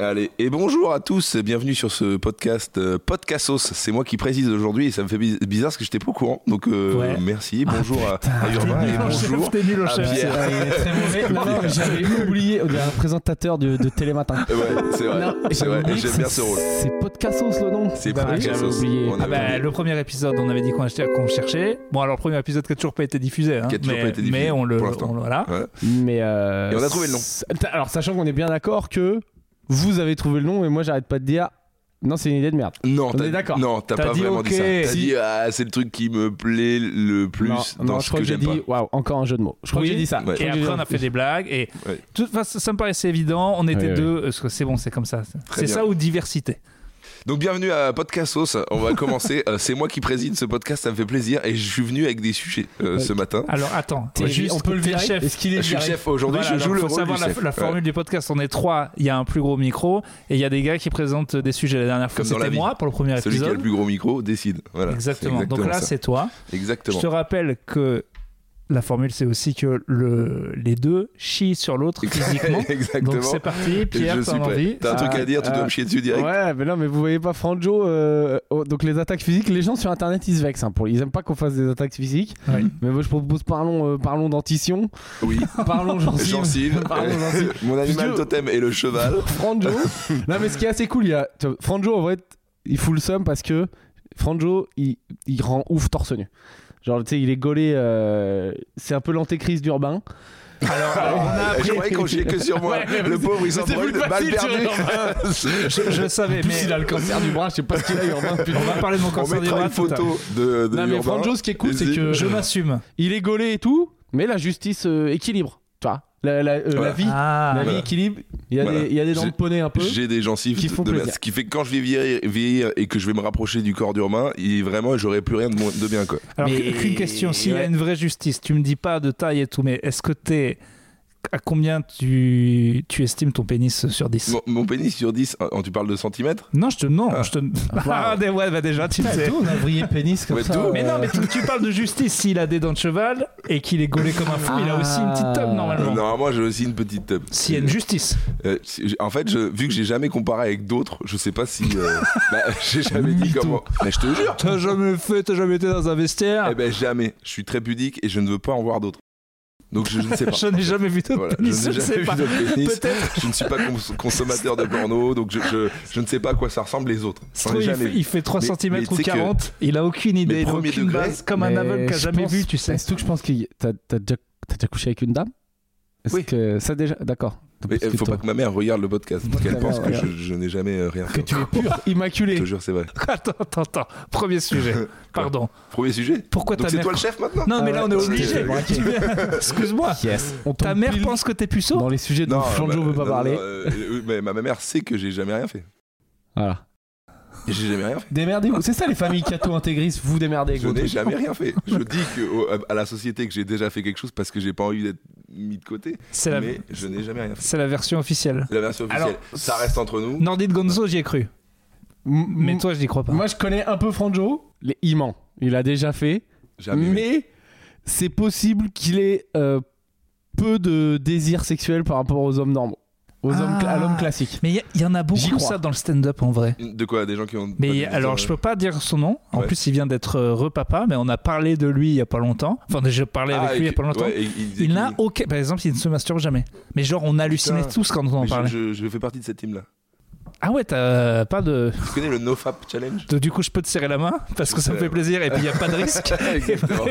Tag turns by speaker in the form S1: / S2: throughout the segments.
S1: Allez, et bonjour à tous, bienvenue sur ce podcast euh, Podcastos. C'est moi qui précise aujourd'hui et ça me fait bi- bizarre parce que j'étais pas au courant. Donc euh,
S2: Ouais. Ah,
S1: merci, bonjour à- à, Urbain et bonjour. Ah,
S2: T'es nul au
S1: à
S2: chef.
S1: Pierre.
S2: c'est vrai.
S3: Très mauvais.
S2: Non, non, j'avais oublié, on dirait un présentateur de, de Télématin.
S1: Ouais, c'est vrai,
S2: Non,
S1: c'est
S2: j'avais
S1: vrai,
S2: oublié
S1: j'aime
S2: que
S1: bien ce
S2: c'est-
S1: rôle.
S2: C'est Podcastos le nom.
S1: C'est
S2: Bah oui,
S1: Podcastos.
S2: j'avais oublié.
S1: On
S2: Ah
S1: avait
S3: Bah,
S1: oublié.
S3: le premier épisode, on avait dit qu'on achetait- qu'on cherchait. Bon, alors, le premier épisode qui a toujours pas été diffusé. hein,
S1: Qui a toujours
S3: mais,
S1: pas été diffusé,
S3: mais on le.
S1: pour l'instant.
S3: on le- voilà.
S2: Mais euh,
S1: Et on a trouvé le nom.
S2: c'est- Alors sachant qu'on est bien d'accord que vous avez trouvé le nom et moi j'arrête pas de dire non c'est une idée de merde.
S1: Non,
S2: On
S1: t'as-
S2: est d'accord.
S1: Non, t'as
S3: T'as
S1: pas
S3: dit
S1: vraiment dit ça.
S3: ok.
S1: T'as
S3: Si.
S1: dit ah, c'est le truc qui me plaît le plus
S2: non,
S1: dans
S2: non, je
S1: ce
S2: crois
S1: que
S2: que, j'ai
S1: j'aime
S2: dit
S1: pas.
S2: waouh encore un jeu de mots. Je crois
S3: Oui.
S2: que j'ai dit ça.
S1: Ouais.
S2: Je
S3: Et
S2: crois que
S3: après,
S2: j'ai
S3: on a
S2: dit-
S3: fait des blagues. Et
S1: Ouais.
S3: toute façon, ça me paraissait évident. On était
S2: Ouais,
S3: deux. Parce que c'est bon, c'est comme ça. C'est
S1: bien.
S3: ça ou diversité
S1: Donc bienvenue à Podcastos. On va commencer. Euh, c'est moi qui préside ce podcast, ça me fait plaisir et je suis venu avec des sujets euh,
S2: Ouais.
S1: ce matin.
S3: Alors, attends.
S2: T'es-
S3: t'es juste,
S2: on peut le
S3: t'es
S2: virer.
S3: chef.
S2: Est-ce qu'il
S1: Je
S2: est
S1: suis le
S2: viré
S1: chef aujourd'hui.
S3: Voilà,
S1: je
S3: alors,
S1: joue le
S3: faut
S1: rôle
S3: savoir
S1: du
S3: la,
S1: chef.
S3: la
S1: Ouais.
S3: formule du podcast. On est trois. Il y a un plus gros micro. Et il y a des gars qui présentent des sujets. La dernière fois,
S1: Comme dans la
S3: c'était
S1: vie.
S3: moi pour le premier
S1: Celui qui a
S3: épisode.
S1: le plus gros micro décide. Voilà.
S3: Exactement.
S1: C'est
S3: Donc là,
S1: ça.
S3: c'est toi. Je
S1: exactement.
S3: te rappelle que la formule, c'est aussi que le, les deux chient sur l'autre physiquement.
S1: Exactement.
S3: Donc c'est parti, Pierre,
S1: je
S3: t'en
S1: suis
S3: as
S1: prêt.
S3: envie.
S1: T'as un truc
S2: Ah,
S1: à dire, tu
S2: ah.
S1: dois me chier dessus direct.
S2: Ouais, mais non, mais vous voyez pas Franjo. euh, oh, donc les attaques physiques, les gens sur internet ils se vexent. hein, pour, ils aiment pas qu'on fasse des attaques physiques.
S3: Ouais.
S2: Mais moi je propose parlons, euh, parlons dentition,
S1: Oui.
S2: parlons gencives.
S1: Gencives.
S2: Pardon,
S1: Euh,
S2: gencives.
S1: Mon animal
S2: Puisque-
S1: totem est le cheval.
S2: Franjo. non, mais ce qui est assez cool, il y a. tu vois, Franjo, en vrai, t- il fout le seum parce que Franjo, il, il rend ouf torse nu. Genre, tu sais, il est gaulé. euh, c'est un peu l'antéchrist d'Urbain.
S3: Alors, alors, on a
S1: Je
S3: appris.
S1: croyais qu'on chiait que sur moi.
S2: Ouais, mais
S1: le
S2: c'est-
S1: pauvre, il
S2: c'est
S1: s'en
S2: plus
S1: prend une balle
S2: facile,
S1: perdue.
S3: Je, je le savais,
S2: En
S3: mais
S2: plus, il a le cancer du bras, je sais pas ce qu'il a, Urbain. putain.
S3: on va parler de mon
S1: On
S3: cancer du
S1: mettra
S3: bras
S1: une
S3: tout à l'heure.
S1: photo euh, de, de
S2: Non, mais
S1: Urbain.
S2: Franjo, ce qui est cool, c'est
S1: Vas-y.
S2: que.
S3: Je m'assume.
S2: Il est gaulé et tout, mais la justice euh, équilibre. Tu vois La, la, euh, la
S1: Voilà.
S2: vie.
S3: Ah,
S2: la vie
S1: voilà.
S2: équilibre. Il y a,
S1: Voilà.
S2: des, il y a des dents
S1: J'ai-
S2: de poney un peu.
S1: J'ai des gencives
S2: Qui font
S1: de masse.
S2: plaisir.
S1: Ce qui fait que quand je vais vieillir, vieillir et que je vais me rapprocher du corps d'Urbain, il, vraiment, j'aurai plus rien de, mo- de bien. Quoi.
S3: alors
S2: Mais-
S3: qu'une question, s'il y a
S2: ouais.
S3: une vraie justice, tu me dis pas de taille et tout, mais est-ce que t'es à combien tu, tu estimes ton pénis sur 10
S1: Mon, mon pénis sur 10, hein, tu parles de centimètres
S3: Non, je te non,
S1: Ah.
S3: je te
S2: Wow.
S3: des- ouais, bah déjà tu le sais.
S2: on a vrillé pénis
S1: comme Ouais, ça, tout. euh,
S3: Mais non, mais tu, tu parles de justice. S'il a des dents de cheval et qu'il est gaulé comme un fou, il a aussi une petite table
S1: Euh,
S3: normalement.
S1: Non, moi j'ai aussi une petite tub.
S3: S'il y a une justice.
S1: Euh, si- j- en fait, je, vu que j'ai jamais comparé avec d'autres, je sais pas si. euh, bah, j'ai jamais dit
S2: Mytho.
S1: comment. Mais je te jure.
S3: T'as jamais fait, t'as jamais été dans un vestiaire.
S1: Eh ben jamais. Je suis très pudique et je ne veux pas en voir d'autres. Donc je ne sais pas.
S3: je n'ai ben, jamais vu de
S1: Voilà,
S3: pénis,
S1: je n'ai
S3: je ne
S1: jamais
S3: sais
S1: vu
S3: pas.
S1: de pénis.
S3: Peut-être.
S1: Je ne suis pas cons- consommateur de porno, donc je, je- je ne sais pas à quoi ça ressemble les autres. J'en
S3: se
S1: ai
S3: trouve, il,
S1: jamais
S3: fait-
S1: vu.
S3: il fait 3
S1: Mais-
S3: cm
S1: mais tu
S3: ou
S1: sais que-
S3: 40, il a aucune idée, il a
S1: premier
S3: aucune
S1: degré-
S3: base, comme un
S2: Mais
S3: aveugle qui a
S2: je
S3: jamais
S2: pense-
S3: vu, tu sais.
S2: C'est tout que je pense que t'as t'as déjà, t'as déjà couché avec une dame Est-ce
S1: Oui.
S2: que ça déjà D'accord.
S1: Mais il
S2: Parce que
S1: faut
S2: toi-
S1: pas que ma mère regarde le podcast, parce qu'elle
S2: Ta
S1: pense
S2: mère
S1: que je,
S2: regarde.
S1: je n'ai jamais euh, rien
S2: que
S1: fait.
S2: tu es pur,
S1: Je te
S2: immaculé.
S1: jure, c'est vrai.
S3: Attends, attends, attends. Premier sujet. Pardon.
S1: Premier sujet.
S3: Pourquoi
S1: Donc
S3: ta
S1: c'est
S3: mère.
S1: toi le chef maintenant
S3: Non, mais
S2: Ah
S3: là, on est
S2: ouais.
S3: obligé.
S2: Braqué.
S3: Tu viens- Excuse-moi.
S2: Yes. On
S3: Ta
S2: tombe
S3: mère
S2: pile
S3: pense que t'es puceau
S2: dans les sujets dont Flanjo
S1: bah,
S2: veut pas
S1: non,
S2: parler.
S1: non, euh, oui, mais ma ma mère sait que j'ai jamais rien fait.
S2: Voilà.
S1: J'ai jamais rien fait.
S2: Démerdez-vous. C'est ça les familles catho intégristes, vous démerdez avec
S1: Je
S2: vos
S1: n'ai
S2: trucs.
S1: jamais rien fait. Je dis que, au- à- à la société que j'ai déjà fait quelque chose parce que j'ai pas envie d'être mis de côté.
S3: C'est la,
S1: Mais je n'ai jamais rien fait.
S3: c'est la version officielle.
S1: La version officielle,
S3: Alors,
S1: ça reste entre nous.
S3: Nordi de Gonzo, j'y ai cru.
S2: M-
S3: Mais
S2: m-
S3: toi, je n'y crois pas.
S2: Moi je connais un peu Franjo, Les- il ment. Il a déjà fait.
S1: Jamais.
S2: Mais c'est possible qu'il ait euh, peu de désir sexuel par rapport aux hommes normaux. Aux hommes cla- à
S3: Ah.
S2: l'homme classique.
S3: Mais il y, a- il y en a
S2: J'y
S3: beaucoup
S2: crois.
S3: ça dans le stand-up en vrai.
S1: De quoi Des gens qui ont.
S3: Mais alors, je peux pas dire son nom. En
S1: Ouais.
S3: plus, il vient d'être euh, repapa, mais on a parlé de lui il y a pas longtemps. Enfin, j'ai
S1: Ah,
S3: parlé avec lui il y a pas longtemps. il n'a aucun. Par exemple, il ne se masturbe jamais. Mais genre, on hallucinait
S1: Putain.
S3: tous quand on en
S1: Je,
S3: parlait.
S1: je, je fais partie de cette team-là.
S3: Ah ouais, t'as euh, pas de...
S1: Tu connais le NoFap Challenge
S3: de- Du coup, je peux te serrer la main parce que ça me fait plaisir et puis il y a pas de risque.
S1: Exactement.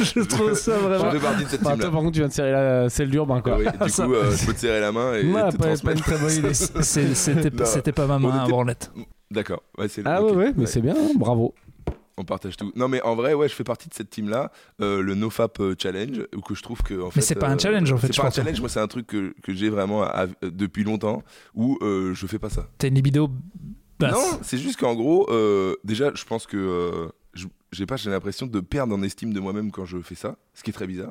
S3: je trouve ça
S1: Je
S3: vraiment.
S1: fais partie de cette
S2: Enfin, toi
S1: team-là.
S2: par contre tu viens de serrer la celle d'urbain quoi.
S1: Ouais, du
S3: Bah, Ça-
S1: coup, euh, je peux te serrer la main et
S2: Ouais,
S1: te
S2: pas- pas une
S1: transmettre.
S2: très bonne idée.
S3: C'est- C'était
S1: Non.
S3: c'était pas ma
S1: On
S3: main à
S1: était-
S3: branlette.
S1: D'accord. Ouais, c'est-
S2: Ah
S1: ok.
S2: ouais, ouais, mais c'est bien, hein, bravo.
S1: On partage tout. Non, mais en vrai, ouais, je fais partie de cette team-là, euh, le NoFap euh, Challenge, où que je trouve que. En fait, euh,
S3: c'est pas un challenge, en fait,
S1: C'est
S3: je
S1: pas un
S3: pense.
S1: challenge, moi, c'est un truc que, que j'ai vraiment à- à- depuis longtemps, où euh, je fais pas ça.
S3: T'as une libido basse.
S1: Non, c'est juste qu'en gros, euh, déjà, je pense que. euh, je- j'ai pas, j'ai l'impression de perdre en estime de moi-même quand je fais ça, ce qui est très bizarre.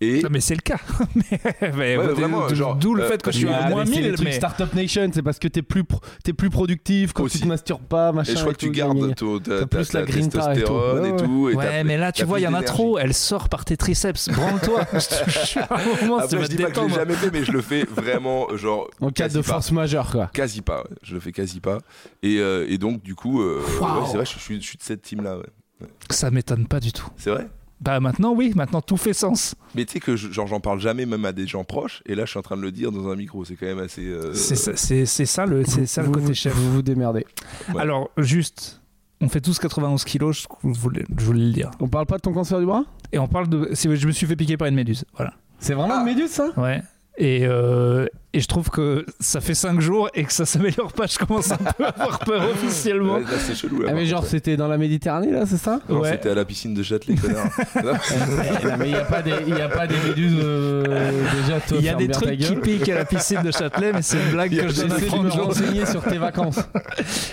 S1: Et
S3: Non, mais c'est le cas. Mais- mais
S1: Ouais,
S3: d'où-
S1: vraiment,
S3: d'où-
S1: genre,
S3: D'où le
S1: euh,
S3: fait que je
S1: parce
S3: suis
S1: que-
S3: à moins
S2: Ah, mais c'est
S3: 1000.
S2: les trucs
S3: mais-
S2: Startup Nation, c'est parce que t'es plus, pro- t'es plus productif, quand
S1: Aussi.
S2: tu te masturbes pas, machin.
S1: Et je crois
S2: et
S1: que tu
S2: tout, gna, gna,
S1: gardes
S2: gna.
S1: ton, ta,
S2: T'as
S1: ta-
S2: plus
S1: ta
S2: la grinta et tout.
S1: testostérone et
S2: Ouais,
S1: tout. et t'as-
S3: Ouais, mais là, tu
S1: t'as
S3: vois, il y
S1: plus
S3: en a
S1: d'énergie.
S3: trop. Elle sort par tes triceps. Branle-toi. Ah, Je te jure, à un moment, ça
S1: Après,
S3: va
S1: je
S3: te
S1: dis pas que je l'ai
S3: détendre.
S1: jamais fait, mais je le fais vraiment, genre.
S2: En cas
S1: quasi
S2: de
S1: pas.
S2: force majeure, quoi.
S1: Quasi pas, ouais. je le fais quasi pas. Et, euh, et donc, du coup, euh,
S3: Wow.
S1: ouais, c'est vrai, je, je suis, je suis de cette team-là. ouais.
S3: Ça m'étonne pas du tout.
S1: C'est vrai.
S3: Bah maintenant, oui, maintenant tout fait sens.
S1: Mais tu sais que je- genre, j'en parle jamais, même à des gens proches. Et là, je suis en train de le dire dans un micro. C'est quand même assez. euh,
S3: C'est ça, c'est- c'est ça le, c'est ça le
S2: Vous-
S3: côté
S2: vous-
S3: chef.
S2: Vous vous démerdez.
S1: ouais.
S3: Alors, juste, on fait tous 91 kilos, je voulais, je voulais le dire.
S2: On parle pas de ton cancer du bras
S3: Et on parle de. c'est- Je me suis fait piquer par une méduse. Voilà.
S2: C'est vraiment une méduse, ça
S3: Ouais. Et, euh, et je trouve que ça fait 5 jours et que ça s'améliore pas. Je commence un peu à avoir peur officiellement.
S1: Ouais, là, c'est chelou. là,
S2: Ah,
S1: par
S2: mais
S1: contre,
S2: genre,
S1: ouais.
S2: c'était dans la Méditerranée, là, c'est ça
S1: Non,
S3: Ouais.
S1: c'était à la piscine de Châtelet, connard. Non.
S2: Eh, Non, mais il n'y a, pas des- y a pas des méduses euh, déjà, toi,
S3: Il y a
S2: ferme
S3: des
S2: bien ta
S3: trucs qui
S2: gueule.
S3: piquent à la piscine de Châtelet, mais c'est une blague
S1: Il y a
S3: que je donne à
S2: J'essaie de me
S3: Franck
S2: renseigner sur tes vacances.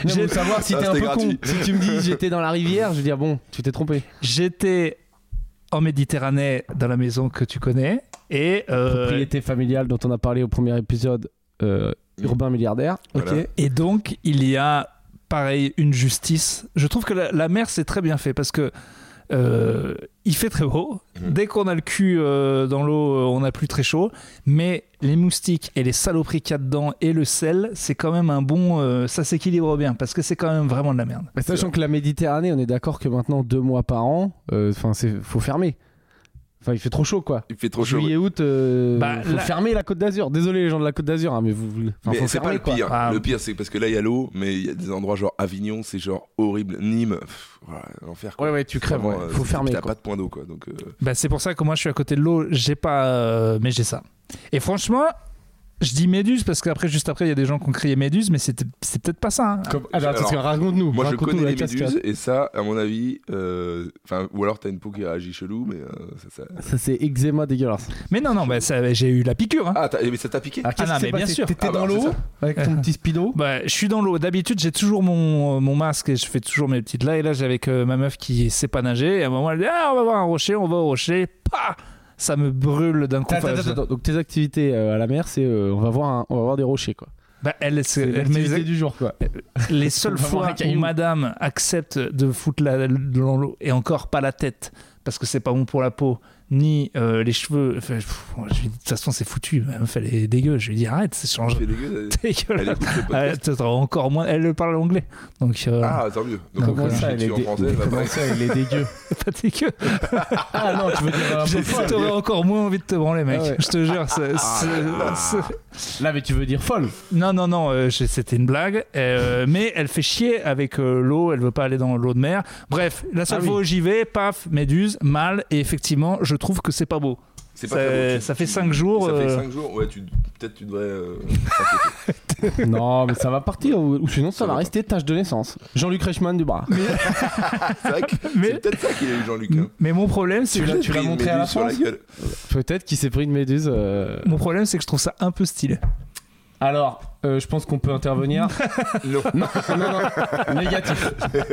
S3: J'ai-
S2: J'ai Ah, de savoir si
S1: Ça,
S2: t'es un peu
S1: c'était gratuit.
S2: con. Si tu me dis j'étais dans la rivière, je vais dire bon, tu t'es trompé.
S3: J'étais en Méditerranée dans la maison que tu connais et euh,
S2: Propriété familiale dont on a parlé au premier épisode, euh, urbain milliardaire.
S1: Voilà.
S2: Ok.
S3: et donc il y a pareil une justice. Je trouve que la, la mer c'est très bien fait parce que euh, il fait très beau.
S1: Mhm.
S3: Dès qu'on a le cul euh, dans l'eau, euh, on n'a plus très chaud. Mais les moustiques et les saloperies qu'il y a dedans et le sel, c'est quand même un bon. euh, ça s'équilibre bien parce que c'est quand même vraiment de la merde.
S2: Bah, sachant que la Méditerranée, on est d'accord que maintenant deux mois par an, euh, enfin c'est faut fermer. Enfin il fait trop chaud quoi.
S1: Il fait trop chaud.
S2: Juillet août, euh,
S3: Bah,
S2: faut
S3: là-
S2: fermer la Côte d'Azur. Désolé les gens de la Côte d'Azur, hein, mais vous, vous- enfin,
S1: Mais
S2: faut
S1: c'est
S2: fermer
S1: pas le
S2: quoi.
S1: pire.
S3: Ah.
S1: Le pire, c'est parce que là, il y a l'eau, mais il y a des endroits genre Avignon, c'est genre horrible. Nîmes, pff, voilà, l'enfer. quoi.
S2: Ouais ouais, tu crèves.
S1: Vraiment,
S2: ouais.
S1: euh,
S2: Faut
S1: c'est-
S2: fermer
S1: T'as
S2: quoi.
S1: pas de point d'eau, quoi. Donc, euh,
S3: Bah, c'est pour ça que moi je suis à côté de l'eau, j'ai pas. euh, mais j'ai ça. Et franchement, je dis méduse parce qu'après, juste après, il y a des gens qui ont crié méduse, mais c'était- c'est peut-être pas ça. hein.
S2: Ah, bah,
S1: Alors,
S2: attention, raconte-nous.
S1: moi, je
S2: raconte-nous
S1: connais
S2: la
S1: les
S2: cascade.
S1: méduses, et ça, à mon avis, euh, enfin, ou alors t'as une peau qui réagit chelou, mais euh, ça, ça-
S2: Ça c'est eczéma dégueulasse.
S3: Mais non, non, bah, ça- j'ai eu la piqûre. hein.
S1: Ah, t'as- mais ça t'a piqué
S2: Ah, qu'est-ce
S3: non,
S2: qui s'est
S3: mais bien
S2: passé
S3: sûr.
S2: T'étais
S1: Ah, bah,
S2: dans
S1: c'est
S2: l'eau
S1: ça.
S2: avec ton petit speedo.
S3: Bah, je suis dans l'eau. D'habitude, j'ai toujours mon, euh, mon masque et je fais toujours mes petites là. Et là, j'avais avec euh, ma meuf qui sait pas nager. Et à un moment, elle dit Ah, on va voir un rocher, on va au rocher. Pah Ça me brûle d'un coup.
S2: Attends,
S3: Enfin,
S2: attends, attends. Donc tes activités euh, à la mer, c'est euh, on va voir un- on va voir des rochers quoi.
S3: bah, elle, c'est-
S2: C'est
S3: elle
S2: l'activité
S3: m'est-
S2: du jour quoi.
S3: Les seules
S2: va voir un
S3: fois où
S2: caillou.
S3: madame accepte de foutre la, dans l'eau, et encore pas la tête, parce que c'est pas bon pour la peau, ni euh, les cheveux, enfin, pff, je lui dis, de toute façon c'est foutu, ma meuf elle est dégueu, je lui dis arrête, c'est
S1: Je
S3: change.
S1: fais dégueu, elle- elle
S3: dégueulasse. Ah,
S1: écoute le
S3: Elle,
S1: podcast.
S3: t'as encore moins, elle parle anglais, donc euh,
S1: Ah, tant mieux. Donc,
S3: Non,
S1: on
S3: comment
S1: peut
S3: ça,
S1: le tuer en
S2: dé-
S1: français, bah, elle va
S2: comment
S1: pas-
S2: ça, elle est dégueu
S3: pas dégueu.
S2: Ah non, tu veux dire un peu
S3: J'ai-
S2: folle.
S3: T'aurais encore moins envie de te branler, mec,
S2: Ah ouais.
S3: je te jure. c'est-
S1: Ah,
S3: c'est- c'est-
S2: Là, mais tu veux dire folle.
S3: Non, non, non, euh, j'ai- c'était une blague. euh, mais elle fait chier avec euh, l'eau, elle veut pas aller dans l'eau de mer. Bref, la seule
S2: Ah oui.
S3: fois où j'y vais, paf, méduse, mal, et effectivement, je trouve que c'est pas beau.
S1: C'est
S3: Ça-
S1: très beau.
S3: ça
S1: Tu-
S3: fait
S1: tu-
S3: cinq jours,
S1: Ça fait
S3: euh,
S1: 5 jours, ouais, tu- peut-être tu devrais. euh,
S2: Non, mais ça va partir ou, ou sinon ça,
S1: Ça
S2: va
S1: va
S2: rester tâche de naissance. Jean-Luc Reichmann du bras.
S1: c'est vrai que-
S3: Mais-
S1: c'est peut-être ça qu'il a eu Jean-Luc. hein.
S3: Mais mon problème, c'est
S2: Tu l'as-
S1: J'ai
S2: tu l'as
S1: pris une
S2: montré à la
S1: méduse sur la
S2: France
S1: gueule.
S2: Peut-être qu'il s'est pris une méduse. euh.
S3: mon problème, c'est que je trouve ça un peu stylé.
S2: Alors, euh, je pense qu'on peut intervenir.
S1: Non.
S2: non, non, non. Négatif.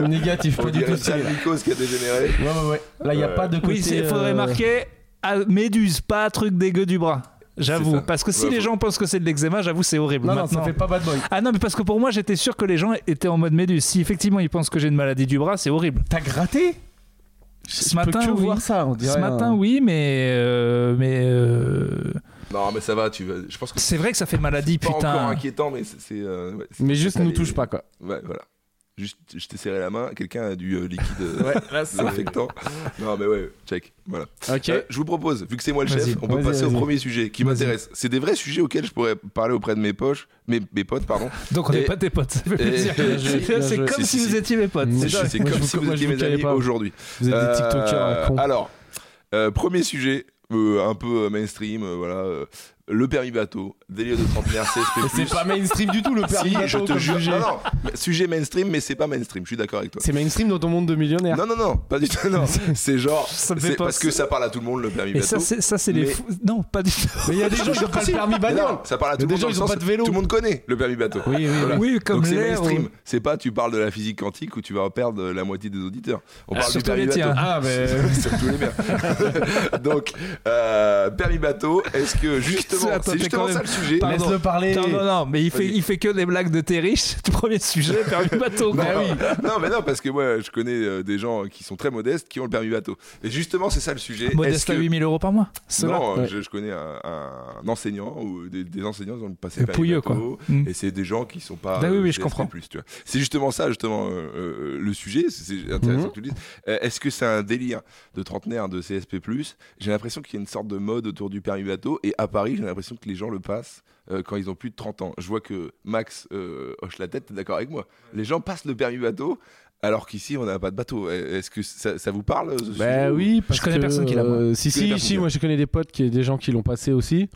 S2: Négatif.
S1: On
S2: Pas du
S1: dirait une
S2: tout.
S1: sale
S2: stylé.
S1: mycose qui a dégénéré.
S2: Ouais, ouais, ouais. Là, il n'y a
S1: Ouais.
S2: pas de côté.
S3: Oui, il faudrait
S2: euh,
S3: marquer à méduse, pas truc dégueu du bras.
S1: C'est
S3: J'avoue,
S1: ça.
S3: parce que si
S1: Ouais,
S3: les
S1: faut-
S3: gens pensent que c'est de l'eczéma, j'avoue, c'est horrible.
S2: Non, non,
S3: Maintenant-
S2: ça fait pas bad boy.
S3: Ah non, mais parce que pour moi, j'étais sûr que les gens étaient en mode méduse. Si effectivement ils pensent que j'ai une maladie du bras, c'est horrible.
S2: T'as gratté
S3: Ce
S2: Je peux
S3: matin,
S2: que
S3: oui.
S2: voir ça. On dirait
S3: Ce matin,
S2: un-
S3: oui, mais euh, mais euh,
S1: Non, mais ça va, tu vas. Je pense que
S3: c'est vrai que ça fait maladie,
S1: pas encore
S3: putain.
S1: inquiétant, mais c'est. c'est, euh, ouais, c'est-
S2: Mais juste
S1: ça
S2: nous
S1: les-
S2: touche pas quoi.
S1: Ouais, voilà. Juste, je t'ai serré la main, quelqu'un a du euh, liquide euh,
S2: c'est-
S1: désinfectant. non, mais ouais, check. Voilà.
S2: Ok.
S1: Euh, je vous propose, vu que c'est moi le
S3: Vas-y.
S1: chef, on peut
S2: Vas-y,
S1: passer au
S2: vas-y.
S1: premier sujet qui
S2: Vas-y.
S1: m'intéresse. C'est des vrais sujets auxquels je pourrais parler auprès de mes poches, mes, mes potes, pardon.
S3: Donc on n'est
S1: Et-
S3: pas tes potes. ça fait
S1: et-
S3: plaisir.
S1: Bien
S2: joué, bien
S3: C'est
S2: joué.
S3: comme
S1: Si,
S3: si
S1: si,
S3: vous
S1: si.
S3: étiez mes potes.
S2: Moi,
S1: C'est ça,
S2: je-
S1: c'est
S2: moi,
S1: comme
S2: je
S1: si
S2: vous-
S1: vous
S2: moi, je
S1: étiez
S2: vous
S1: mes
S2: connais
S1: amis
S2: pas.
S1: aujourd'hui.
S2: Vous êtes
S1: Euh,
S2: des TikTokers à con.
S1: Alors, euh, premier sujet, euh, un peu euh, mainstream, euh, voilà, euh, le permis bateau. délire de trentenaire,
S2: Mais
S1: CSP+.
S2: C'est pas mainstream du tout le père
S1: Si,
S2: Gâteau
S1: je te
S2: comme
S1: jure.
S2: sujet.
S1: Non, non, mais sujet mainstream, mais c'est pas mainstream, je suis d'accord avec toi.
S2: C'est mainstream dans ton monde de millionnaire.
S1: Non, non, non, pas du tout. Non, c'est genre.
S3: Ça me fait
S1: C'est
S3: penser-
S1: parce que ça parle à tout le monde, le permis
S3: Et
S1: bateau.
S3: ça, c'est ça, c'est les
S1: Mais-
S3: fous. Non, pas du tout.
S2: Mais il y a des gens qui ont pas le permis
S1: Mais non,
S2: bagnole.
S1: ça parle à
S2: Mais
S1: tout le
S2: des
S1: monde.
S2: gens,
S1: dans
S2: ils
S1: le
S2: ont
S1: sens-
S2: pas de vélo.
S1: Tout le monde connaît le permis bateau.
S2: Oui, oui, oui.
S1: Voilà.
S3: Oui, comme
S1: Donc c'est
S3: l'air.
S1: mainstream.
S3: ou-
S1: C'est pas tu parles de la physique quantique où tu vas perdre la moitié des auditeurs. On
S3: Ah,
S1: parle du
S3: surtout
S1: permis
S3: les tiens. Euh.
S1: bateau.
S2: Ah, mais.
S1: Sur tous les mers. Donc, euh, permis bateau, est-ce que justement,
S3: Attends,
S1: c'est
S3: t'es
S1: justement
S3: quand
S1: ça
S3: même-
S1: le sujet
S3: Pardon.
S2: Laisse-le parler.
S3: Non, non, non, mais il fait,
S1: Vas-y.
S3: il fait que des blagues de Terry. Premier sujet, permis bateau. quoi.
S2: Bah oui.
S1: Non, mais non, parce que moi, je connais euh, des gens qui sont très modestes qui ont le permis bateau. Et justement, c'est ça le sujet.
S3: Modeste
S1: Est-ce
S3: à
S1: que...
S3: 8000 euros par mois. Cela.
S1: Non, euh,
S2: ouais.
S1: je, je connais un, un enseignant ou des, des enseignants qui ont passé
S3: Le
S1: permis
S3: pouilleux, quoi.
S1: bateau,
S3: Mm.
S1: Et c'est des gens qui sont pas. euh,
S3: Bah oui, oui, je
S1: CSP+,
S3: comprends.
S1: tu vois. C'est justement ça, justement, euh, euh, le sujet. C'est c'est intéressant
S2: Mhm.
S1: que tu le dises. Euh, Est-ce que c'est un délire de trentenaire de CSP J'ai l'impression qu'il y a une sorte de mode autour du permis bateau. Et à Paris, j'ai l'impression que les gens le passent euh, quand ils ont plus de 30 ans. Je vois que Max euh, hoche la tête, t'es d'accord avec moi. Les gens passent le permis bateau. Alors qu'ici, on n'a pas de bateau. Est-ce que ça, ça vous parle ce sujet
S2: Bah
S1: ou-
S2: oui, parce
S3: connais
S2: que,
S3: personne qui l'a, moi.
S2: euh, si,
S1: Je connais
S2: si,
S1: personne
S2: si,
S1: qui
S2: moi je connais des potes, qui, des gens qui l'ont passé aussi.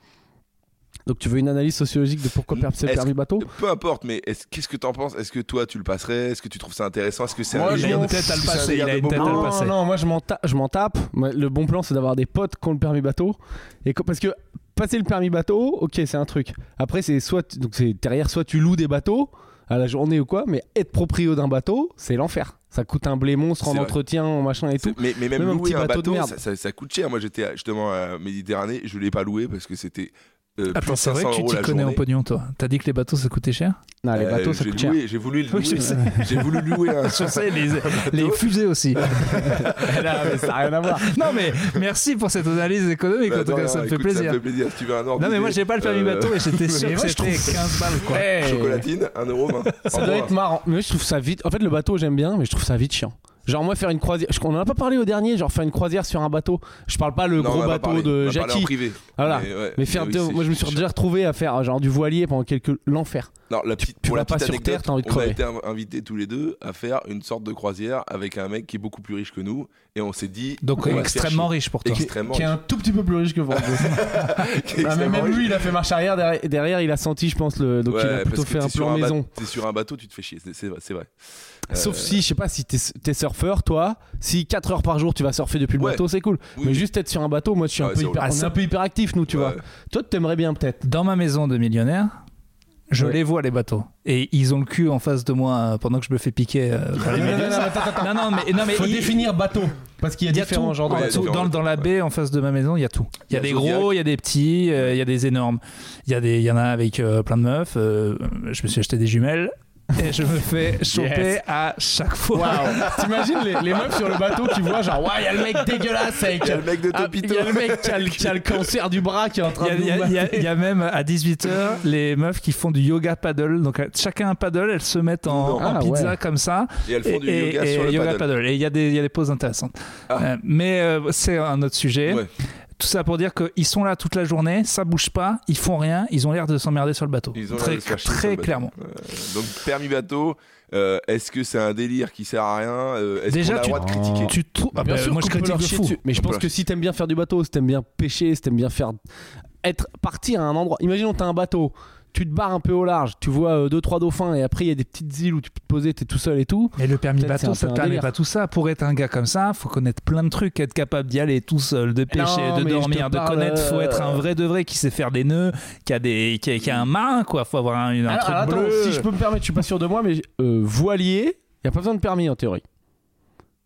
S2: Donc tu veux une analyse sociologique de pourquoi
S1: Mm.
S2: perdre ses
S1: Est-ce
S2: permis bateau
S1: Peu importe, mais est-ce- qu'est-ce que t'en penses Est-ce que toi tu le passerais Est-ce que tu trouves ça intéressant Est-ce que c'est
S2: Moi,
S1: un
S2: il a
S1: délire
S2: une
S1: de-
S3: tête à
S1: est-ce que
S3: le
S1: c'est un
S3: passer,
S1: délire
S3: il a
S1: de
S3: une tête à le
S1: moment
S3: le
S2: Non,
S3: passer.
S2: non, moi je m'en, ta- je m'en tape. Moi, Le bon plan, c'est d'avoir des potes qui ont le permis bateau. Et que- parce que passer le permis bateau, ok, c'est un truc. Après, c'est soit tu- donc c'est derrière, soit tu loues des bateaux à la journée ou quoi, mais être proprio d'un bateau, c'est l'enfer. Ça coûte un blé monstre en
S1: C'est vrai.
S2: entretien, machin et tout.
S1: C'est- Mais, mais même,
S2: Même un
S1: louer
S2: petit
S1: un
S2: bateau de
S1: bateau,
S2: merde.
S1: ça, ça- ça coûte cher. Moi j'étais à- justement à Méditerranée, je l'ai pas loué parce que c'était. euh, plus
S3: Attends,
S1: de
S3: Ah, c'est
S1: 500
S3: vrai que tu
S1: euros
S3: t'y
S1: la
S3: connais en
S1: journée.
S3: pognon, toi. T'as dit que les bateaux, ça coûtait cher
S2: Non, Ah, les
S1: Euh,
S2: bateaux, ça
S1: j'ai
S2: coûte cher.
S1: loué- J'ai voulu le
S3: Oui, je
S1: louer.
S3: sais.
S1: J'ai voulu louer un.
S3: Je sais, les, les fusées aussi.
S2: Là, mais ça n'a rien à voir.
S3: Non, mais merci pour cette analyse économique. en tout cas,
S1: Attends,
S3: ça me fait
S1: Bah écoute,
S3: plaisir.
S1: Ça me fait plaisir. Si tu veux un ordre
S3: Non, mais moi,
S1: d'idée,
S3: j'ai pas le permis
S1: euh,
S3: bateau et j'étais sûr
S2: mais
S3: que
S2: moi, je
S3: c'était
S2: trouve-
S3: 15 balles, quoi.
S1: Chocolatine, 1 euro. vingt.
S2: Ça
S1: Au
S2: doit
S1: revoir.
S2: être marrant. Mais je trouve ça vite. En fait, le bateau, j'aime bien, mais je trouve ça vite chiant. Genre, moi, faire une croisière. je- On en a pas parlé au dernier, genre faire une croisière sur un bateau. Je parle pas le
S1: Non, on
S2: gros
S1: en a pas
S2: bateau
S1: parlé. On
S2: de
S1: a parlé en
S2: Jackie.
S1: privé.
S2: Voilà.
S1: Mais, ouais,
S2: Mais faire.
S1: oui,
S2: de-
S1: c'est-
S2: moi, je me suis
S1: c'est
S2: déjà retrouvé à faire euh, genre du voilier pendant quelques. L'enfer.
S1: Non, la petite,
S2: tu
S1: pour
S2: vas
S1: la
S2: pas
S1: petite
S2: sur Terre,
S1: anecdote,
S2: t'as envie de
S1: on a
S2: crever.
S1: été inv- invités tous les deux à faire une sorte de croisière avec un mec qui est beaucoup plus riche que nous et on s'est dit
S3: Donc, euh,
S1: on va
S3: extrêmement
S1: se
S3: riche pour
S1: faire
S3: toi.
S1: chier. extrêmement
S2: Qui est un tout petit peu plus riche que vous.
S1: riche. Qui est
S2: Ah, mais
S1: extrêmement
S2: même
S1: riche.
S2: lui, il a fait marche arrière. Derrière, derrière, il a senti, je pense, le. Donc,
S1: Ouais,
S2: il a plutôt
S1: parce que
S2: fait
S1: t'es
S2: un
S1: sur
S2: plan
S1: ba-
S2: maison.
S1: T'es sur un bateau, tu te fais chier, c'est- c'est vrai- c'est vrai. Euh,
S2: Sauf si, je sais pas, si t'es t'es surfeur, toi, si 4 heures par jour tu vas surfer depuis le
S1: Ouais.
S2: bateau, c'est cool.
S1: Oui,
S2: mais
S1: oui.
S2: juste être sur un bateau, moi, je suis
S1: Ah
S2: un
S1: ouais,
S2: peu
S1: c'est
S2: hyper.
S1: horrible.
S2: on est un peu hyperactif, nous, tu
S1: ouais.
S2: vois. Toi, t'aimerais bien peut-être.
S3: Dans ma maison de millionnaire, je
S2: Ouais.
S3: les vois, les bateaux. Et ils ont le cul en face de moi euh, pendant que je me fais piquer. euh, par les
S2: Non, non,
S3: méduses.
S2: non, attends, attends, attends.
S3: Non, non, mais, non, mais
S2: Ah, Faut
S3: il-
S2: définir bateau. Parce qu'il y a
S3: il y a
S2: différents
S3: tout.
S2: genres de
S3: En
S1: Ouais,
S2: bateaux.
S3: dessous, dans, dans la baie, en face de ma maison, il y a tout. Il y a
S1: Il y a
S3: des
S1: Zodiac.
S3: gros, il y a des petits, euh, il y a des énormes. Il y, a des, il y en a avec euh, plein de meufs. euh, je me suis acheté des jumelles et je me fais choper
S2: Yes.
S3: à chaque fois.
S2: T'imagines les, les meufs sur le bateau qui voient genre, ouais, il y a le mec dégueulasse avec.
S1: Il y a le mec de
S2: Ah, Il
S1: Topito.
S2: y a le mec qui a le, qui a le cancer du bras qui est en train
S3: Il y a-
S2: de.
S3: il y, a- il y a- il y a même à 18h les meufs qui font du yoga paddle. Donc euh, chacun un paddle, elles se mettent en,
S1: Non.
S3: en
S2: Ah,
S3: pizza
S2: ouais.
S3: comme ça.
S1: Et elles font du yoga
S3: et
S1: sur le
S3: yoga
S1: paddle.
S3: paddle. Et il y, a des- il y a des pauses intéressantes.
S1: Ah.
S3: Euh, mais euh, c'est un autre sujet.
S1: Ouais.
S3: Tout ça pour dire qu'ils sont là toute la journée, ça bouge pas, ils font rien, ils ont l'air de s'emmerder sur le bateau.
S1: Ils ont l'air
S3: très
S1: de se faire chier sur le
S3: très
S1: bateau.
S3: clairement.
S1: Euh, Donc permis bateau, euh, est-ce que c'est un délire qui sert à rien Euh, Est-ce qu'on
S3: Déjà,
S1: a le droit de
S2: tu- Oh.
S1: critiquer
S3: Tu trou- Ah
S2: Bien
S3: bah,
S2: sûr
S3: moi
S2: qu'on
S3: je
S2: peut
S3: critique
S2: leur
S3: de
S2: chier
S3: fou.
S2: dessus, Mais je
S1: On peut
S2: pense
S1: leur-
S2: que si t'aimes bien faire du bateau, si t'aimes bien pêcher, si t'aimes bien faire être parti à un endroit. Imaginons t'as un bateau, tu te barres un peu au large, tu vois euh, deux trois dauphins et après il y a des petites îles où tu peux te poser, t'es tout seul et tout.
S3: Mais le permis
S2: Peut-être
S3: bateau, ça
S2: c'est un
S3: te
S2: peu un
S3: permet
S2: délire.
S3: pas tout ça. Pour être un gars comme ça, faut connaître plein de trucs, être capable d'y aller tout seul, de pêcher,
S2: Non,
S3: de
S2: mais je te
S3: dormir, de
S2: parle,
S3: connaître. Faut
S2: euh,
S3: être un vrai de vrai qui sait faire des nœuds, qui a des, qui a, qui a un marin quoi. Faut avoir un, un
S2: Alors,
S3: truc
S2: alors, attends,
S3: bleu.
S2: si je peux me permettre, je suis pas sûr de moi, mais euh, voilier, il y a pas besoin de permis en théorie.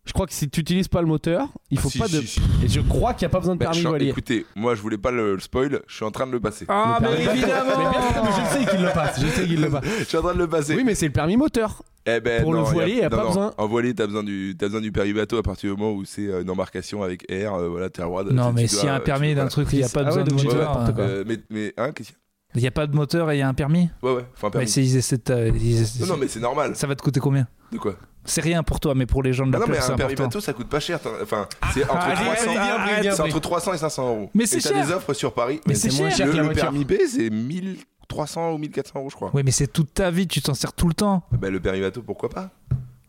S2: Je crois que si tu utilises pas le moteur,
S3: Ah,
S2: il faut
S1: Si,
S2: pas de.
S1: si, si.
S2: Et je crois qu'il y a pas besoin de
S3: Bah,
S1: Ben, je
S2: permis
S1: suis en-
S2: voilier.
S1: Écoutez, moi je voulais pas le, le spoil, je suis en train de le passer.
S3: Ah
S2: Le
S3: mais
S2: permis bateau. Bah, Mais bien sûr, mais
S3: évidemment.
S2: je sais qu'il le passe, je sais qu'il le passe.
S1: je suis en train de le passer.
S2: Oui, mais c'est le permis moteur.
S1: Eh ben,
S2: Pour le
S1: non, y
S2: voilier, y a
S1: non,
S2: pas
S1: non.
S2: besoin.
S1: En voilier, t'as besoin du, t'as besoin du permis bateau à partir du moment où c'est euh, une embarcation avec air, euh, voilà, t'es le droit de-
S3: Non
S1: tu
S3: mais
S1: dois-
S3: s'il y a un
S1: tu
S3: permis
S1: dois-
S3: d'un truc, il n'y a
S2: Ah
S3: pas
S2: ouais,
S3: besoin de
S2: donc j'ai dit
S3: moteur.
S2: n'importe quoi.
S3: hein.
S1: Euh, mais, mais, hein, qu'est-ce qu'il
S3: Il n'y a pas de moteur et il y a un permis.
S1: y a Ouais, ouais, enfin,
S3: Mais
S1: permis.
S3: c'est- ils essaient de t'a- ils essaient-
S1: Non, non, mais c'est normal.
S3: Ça va te coûter combien
S1: De quoi
S3: C'est rien pour toi, mais pour les gens de
S1: Ah
S3: la
S1: Non, mais
S3: plage, c'est
S1: un permis
S3: important.
S1: bateau, ça coûte pas cher. t'as- Enfin, c'est entre,
S3: Ah, allez,
S1: 300
S3: allez, viens,
S1: arrête,
S3: viens,
S1: c'est
S3: viens.
S1: entre 300 et 500 euros.
S3: Mais c'est
S1: Et t'as
S3: cher.
S1: des offres sur Paris.
S3: Mais c'est
S2: moins
S3: cher.
S2: cher que la
S1: le
S2: voiture.
S1: permis B, c'est 1300 ou 1400 euros, je crois.
S3: Oui, mais c'est toute ta vie, tu t'en sers tout le temps.
S1: Bah, le permis bateau, pourquoi pas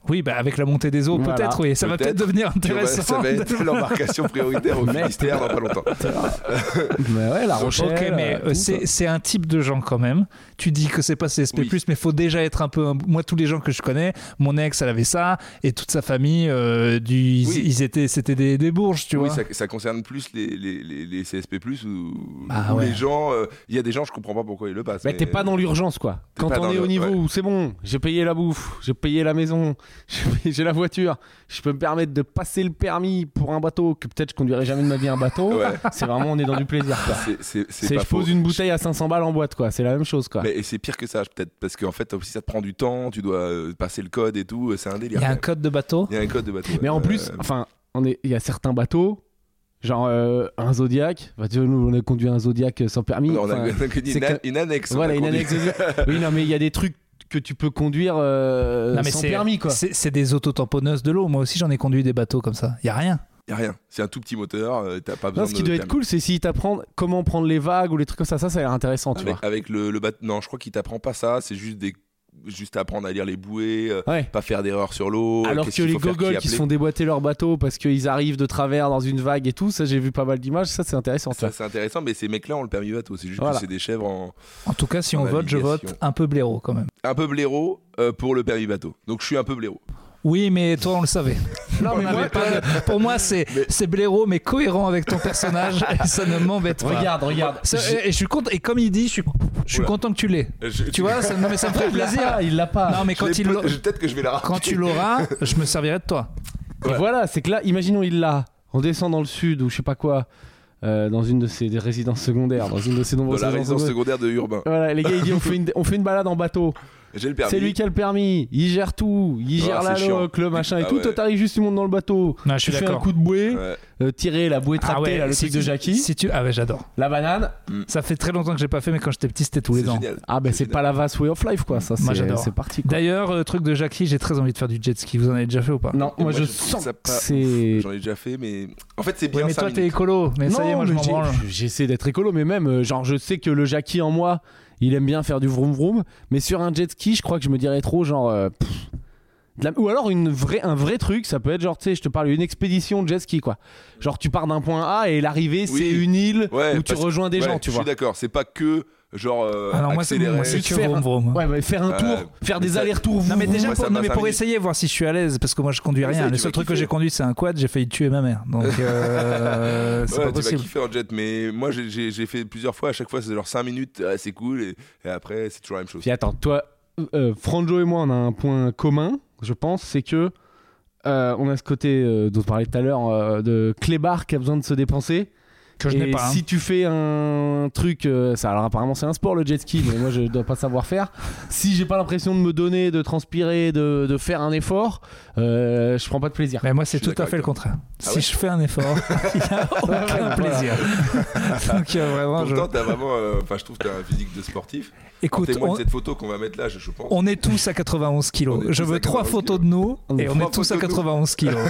S3: Oui, bah avec la montée des eaux,
S2: Voilà.
S3: peut-être, oui. Ça va
S1: Peut-être.
S3: peut-être devenir
S1: Tu vois,
S3: intéressant.
S1: Ça va être l'embarcation prioritaire au ministère dans pas longtemps.
S2: mais ouais, la Rochelle.
S3: Ok, mais
S2: euh,
S3: euh,
S2: tout,
S3: c'est c'est un type de gens quand même. Tu dis que c'est pas CSP+,
S1: Oui.
S3: mais faut déjà être un peu... un- Moi, tous les gens que je connais, mon ex, elle avait ça, et toute sa famille, euh, du... ils,
S1: Oui.
S3: ils étaient... C'était des, des bourges, tu
S1: oui,
S3: vois.
S1: ça, ça concerne plus les, les, les, les CSP+, ou
S3: Bah
S1: ou
S3: ouais.
S1: les gens... euh, Il y a des gens, je comprends pas pourquoi ils le passent.
S2: Mais t'es pas dans l'urgence quoi.
S1: T'es
S2: Quand
S1: pas
S2: on
S1: dans
S2: est
S1: le-
S2: au niveau
S1: ouais.
S2: où c'est bon, j'ai payé la bouffe, j'ai payé la maison, j'ai payé- j'ai la voiture, je peux me permettre de passer le permis pour un bateau que peut-être je conduirai jamais de ma vie un bateau.
S1: Ouais.
S2: C'est vraiment on est dans du plaisir quoi.
S1: C'est- C'est c'est
S2: C'est
S1: pas
S2: je pose
S1: faux.
S2: une bouteille à 500 balles en boîte quoi, c'est la même chose quoi.
S1: Mais et c'est pire que ça, peut-être, parce qu'en fait, aussi, ça te prend du temps, tu dois euh, passer le code et tout, euh, c'est un
S3: Il
S1: délire.
S3: y
S1: quand
S3: a un
S1: même.
S3: code de bateau.
S1: Il y a un code de bateau.
S2: Mais en
S1: ouais.
S2: plus,
S1: Euh,
S2: enfin, on est, il y a certains bateaux, genre euh, un Zodiac. Bah, tu vois, nous, on a conduit un Zodiac sans permis.
S1: on a,
S2: enfin,
S1: on a connu
S2: c'est
S1: une, an-
S2: que-
S1: une annexe. on
S2: voilà,
S1: a
S2: une
S1: connu.
S2: annexe. Zodiac. oui, non, mais il y a des trucs que tu peux conduire euh,
S3: Non, mais
S2: sans
S3: c'est-
S2: permis, quoi.
S3: C'est c'est des autotamponneuses de l'eau. Moi aussi, j'en ai conduit des bateaux comme ça. Il y a rien.
S1: Y a rien. C'est un tout petit moteur, euh, t'as pas besoin
S2: Non, ce qui
S1: de
S2: doit être
S1: permis.
S2: cool, c'est s'ils t'apprennent comment prendre les vagues ou les trucs comme ça. Ça, ça a l'air intéressant, tu
S1: Avec, avec le, le bat- Non, je crois qu'il t'apprend pas ça, c'est juste des juste apprendre à lire les bouées, euh,
S2: vois. Ouais.
S1: pas faire d'erreur sur l'eau.
S2: Alors
S1: Oh, qu'est-ce
S2: que
S1: qu'il faut
S2: les
S1: faire,
S2: gogoles qui se
S1: appeler.
S2: font déboîter leur bateau parce qu'ils arrivent de travers dans une vague et tout, ça j'ai vu pas mal d'images, ça c'est intéressant. tu
S1: Ça, c'est intéressant, mais ces mecs-là ont le permis bateau. C'est juste
S2: Voilà.
S1: que c'est des chèvres en-
S3: En tout cas, si
S1: En
S3: on vote, je
S1: navigation.
S3: vote un peu blaireau quand même.
S1: un peu blaireau euh, pour le permis bateau. Donc je suis un peu blaireau.
S3: Oui, mais toi, on le savait.
S2: Non,
S3: On
S2: mais
S3: n'avait
S2: moi,
S3: pas de- Pour moi, c'est c'est blaireau, mais cohérent avec ton personnage. et ça ne m'embête pas.
S2: regarde, regarde.
S3: Ça,
S2: J'ai-
S3: et, et je suis content, et comme il dit, je suis, je suis
S1: Oula.
S3: content que tu l'aies.
S1: Euh, je-
S3: Tu vois, ça, non, mais ça me ferait
S2: Il l'a
S3: plaisir.
S2: pas, il l'a pas.
S3: Non, mais
S1: je
S3: quand,
S1: l'ai
S3: il
S1: peut-
S3: l'aura-
S1: je- peut-être que je vais la
S3: quand tu l'auras, je me servirai de toi.
S2: Et
S1: Ouais.
S2: voilà, c'est que là, imaginons il l'a, on descend dans le sud ou je sais pas quoi, euh, dans une de ses des résidences secondaires, dans une de ses
S1: de
S2: nombreuses
S1: la résidence
S2: résidences secondaires.
S1: secondaire de Urbain.
S2: Voilà, les gars, il dit on fait une, on fait une balade en bateau.
S1: J'ai le permis.
S2: C'est lui qui a le permis, il gère tout, il
S1: Ah,
S2: gère la
S1: c'est chiant.
S2: loc, le machin et
S1: Ah
S2: tout.
S1: ouais.
S2: Toi, t'arrives juste, tu montes dans le bateau,
S3: Non, je suis
S2: tu fais un
S3: d'accord. Ah
S2: coup de bouée,
S1: Ouais.
S2: euh, tirer la bouée tractée, là, le
S3: si
S2: truc
S3: tu-
S2: de Jackie,
S3: Si tu... Ah ouais, j'adore.
S2: la banane.
S3: Ça fait très longtemps que j'ai pas fait, mais quand j'étais petit, c'était tous les bah,
S1: C'est
S3: ans.
S1: génial.
S2: Ah, ben c'est pas la vast way of life quoi, ça
S3: Moi,
S2: c'est
S3: j'adore.
S2: c'est parti quoi.
S3: D'ailleurs, euh, truc de Jackie, j'ai très envie de faire du jet ski. Vous en avez déjà fait ou pas
S2: Non, moi,
S1: Moi,
S2: je,
S1: je Ah. trouve
S2: sens
S1: ça
S2: que
S1: pas
S2: c'est.
S1: J'en ai déjà fait, mais en fait, c'est
S3: Ouais,
S1: bien
S3: mais
S1: ça.
S3: toi, t'es écolo. Mais ça y est, moi, je
S2: mais
S3: m'en
S2: j'ai-
S3: branle.
S2: J'essaie d'être écolo, mais même, euh, genre, je sais que le Jackie en moi, il aime bien faire du vroom vroom, mais sur un jet ski, je crois que je me dirais trop, genre. euh, pff, de la- Ou alors une vraie, un vrai truc, ça peut être genre, tu sais, je te parle d'une expédition de jet ski, quoi. Genre, tu pars d'un point A et l'arrivée,
S1: Oui.
S2: c'est une île
S1: Ouais,
S2: où tu
S1: parce que-
S2: rejoins des gens,
S1: Ouais,
S2: tu
S1: je
S2: vois.
S1: suis d'accord, c'est pas que genre euh,
S3: Alors, Ah moi, c'est
S1: accélérer.
S3: moi, c'est
S2: Juste
S3: que
S2: faire
S3: vroom,
S2: un-
S3: vroom.
S2: Ouais, mais faire un
S1: Euh,
S2: tour, faire des
S1: ça-
S2: allers-retours.
S3: Non, mais
S2: vroom,
S3: déjà,
S1: Moi, ça
S3: pour,
S1: m'a
S3: non, mais
S1: cinq
S3: pour
S1: minutes.
S3: essayer, voir si je suis à l'aise, parce que moi, je conduis
S1: Mais ça,
S3: rien.
S1: tu
S3: Le
S1: vas
S3: seul truc que
S1: kiffer.
S3: j'ai conduit, c'est un quad. J'ai failli tuer ma mère. Donc, euh,
S1: Ouais,
S3: c'est pas
S1: tu vas
S3: possible.
S1: kiffer en jet, mais moi j'ai- j'ai j'ai fait plusieurs fois, à chaque fois c'est genre 5 minutes, ah, c'est cool, et, et après c'est toujours la même chose.
S2: Puis attends, toi, euh, Franjo et moi, on a un point commun, je pense, c'est que euh, on a ce côté euh, dont on parlait tout à l'heure euh, de clébard qui a besoin de se dépenser.
S3: Que je
S2: et
S3: n'ai pas. hein.
S2: si tu fais un truc, euh, ça, alors apparemment c'est un sport le jet ski, mais moi je dois pas savoir faire. Si j'ai pas l'impression de me donner, de transpirer, de, de faire un effort, euh, je prends pas de plaisir.
S3: Mais moi, c'est
S1: Je suis
S3: tout
S1: d'accord
S3: à fait le
S1: avec Ah
S3: contraire. si
S1: ouais
S3: je fais un effort, il n'y a aucun
S2: voilà.
S3: plaisir. Donc, euh, vraiment, je-
S1: Pourtant, t'as vraiment, euh, enfin, je trouve que t'as un physique de sportif.
S3: écoute,
S1: Témoigne
S3: on,
S1: cette photo qu'on va mettre là, je, je pense.
S3: on est tous à 91 kilos.
S1: On est
S3: Je
S1: tous
S3: veux
S1: à
S3: trois
S1: 91
S3: photos de nous
S2: On est
S3: et on
S1: trois
S3: est tous à
S1: photos de nous.
S3: 91 kilos.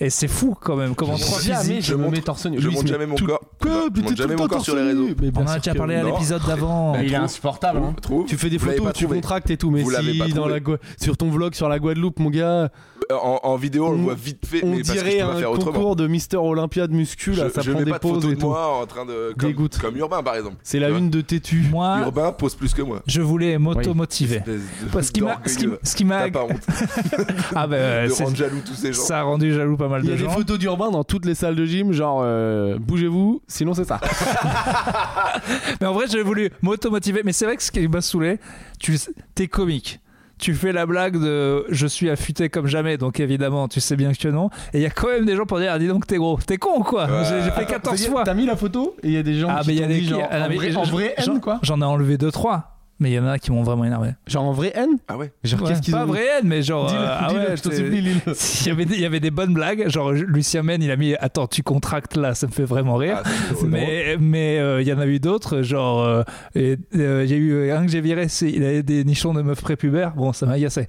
S3: et c'est fou quand même. Comment
S1: Je
S3: trois
S1: suis
S2: jamais
S3: physiques.
S2: je,
S1: je
S2: me
S1: montre-
S2: mets torse nu.
S1: je
S2: Lui, il
S1: montre
S2: se met
S1: jamais mon
S2: tout-
S1: corps.
S2: Que
S1: Non, je
S2: Putain,
S1: montre
S2: tout
S1: jamais
S2: le
S1: mon
S2: temps
S1: corps sur les
S2: torse nu.
S1: réseaux.
S2: Mais bien
S3: On en a
S2: sûr
S3: déjà
S2: que-
S3: parlé à
S1: non. Bah,
S3: l'épisode d'avant.
S2: Mais il est
S1: trouve-
S2: insupportable. hein.
S1: Trouve,
S2: Tu fais des
S1: vous l'avez
S2: photos,
S1: pas
S2: tu
S1: trouvé.
S2: contractes et tout, mais
S1: Vous l'avez pas
S2: si dans
S1: trouvé.
S2: la Gua- sur ton vlog sur la Guadeloupe, mon gars,
S1: Euh, En, en vidéo, on le
S2: On-
S1: voit vite fait,
S2: on
S1: mais parce que je
S2: dirait
S1: peux pas
S2: un
S1: faire autrement.
S2: concours de Mister Olympia de muscu là,
S1: je,
S2: ça
S1: je
S2: prends
S1: mets
S2: des
S1: pas de photos
S2: pauses et
S1: de
S2: tout.
S1: moi en train de comme,
S2: Dégoûte.
S1: comme Urbain par exemple.
S2: C'est la
S1: Tu vois.
S2: une de Tétu.
S3: Moi,
S1: Urbain pose plus que moi.
S3: je voulais m'auto-motiver. Parce
S1: Parce
S3: qu'il m'a. ce qui- Ce qui m'a.
S1: euh, T'as pas honte
S3: Ah, ben, euh,
S1: de
S3: c'est-
S1: rendre jaloux tous ces gens.
S3: ça a rendu jaloux pas mal
S2: Il y
S3: de
S2: a des
S3: gens.
S2: photos d'Urbain dans toutes les salles de gym, genre euh, bougez-vous, sinon c'est ça.
S3: Mais en vrai, j'avais voulu m'auto-motiver. Mais c'est vrai que ce qui m'a saoulé, tu es comique. Tu fais la blague de je suis affûté comme jamais, donc évidemment, tu sais bien que non. Et il y a quand même des gens pour dire, ah, dis donc, t'es gros. T'es con ou quoi
S1: Ouais.
S3: J'ai j'ai fait 14
S2: C'est-à-dire,
S3: fois.
S2: T'as mis la photo et il y a des gens
S3: Ah,
S2: qui
S3: mais il y
S2: t'ont
S3: a des
S2: dit, genre,
S3: ah,
S2: en
S3: mais
S2: vrai,
S3: je-
S2: en vrai
S3: j'en-
S2: haine quoi.
S3: J'en ai enlevé 2-3. Mais il y en a qui m'ont vraiment énervé.
S2: Genre en vrai haine.
S1: Ah ouais
S2: Genre
S3: Ouais.
S2: qu'est-ce qu'ils
S3: Pas
S2: ont-
S3: vrai haine, mais genre.
S2: Dis-le,
S3: euh, ah
S2: dis-le,
S3: ouais,
S2: je t'en
S3: c'est-
S2: supplie, Lille.
S3: il y, avait des, il y avait des bonnes blagues, genre Lucien Men il a mis Attends, tu contractes là, ça me fait vraiment rire.
S1: Ah, ça, c'est drôle.
S3: Mais mais euh, il y en a eu d'autres, genre euh, et, euh, il y a eu un que j'ai viré, c'est il avait des nichons de meufs prépubères. Bon, ça m'a agacé.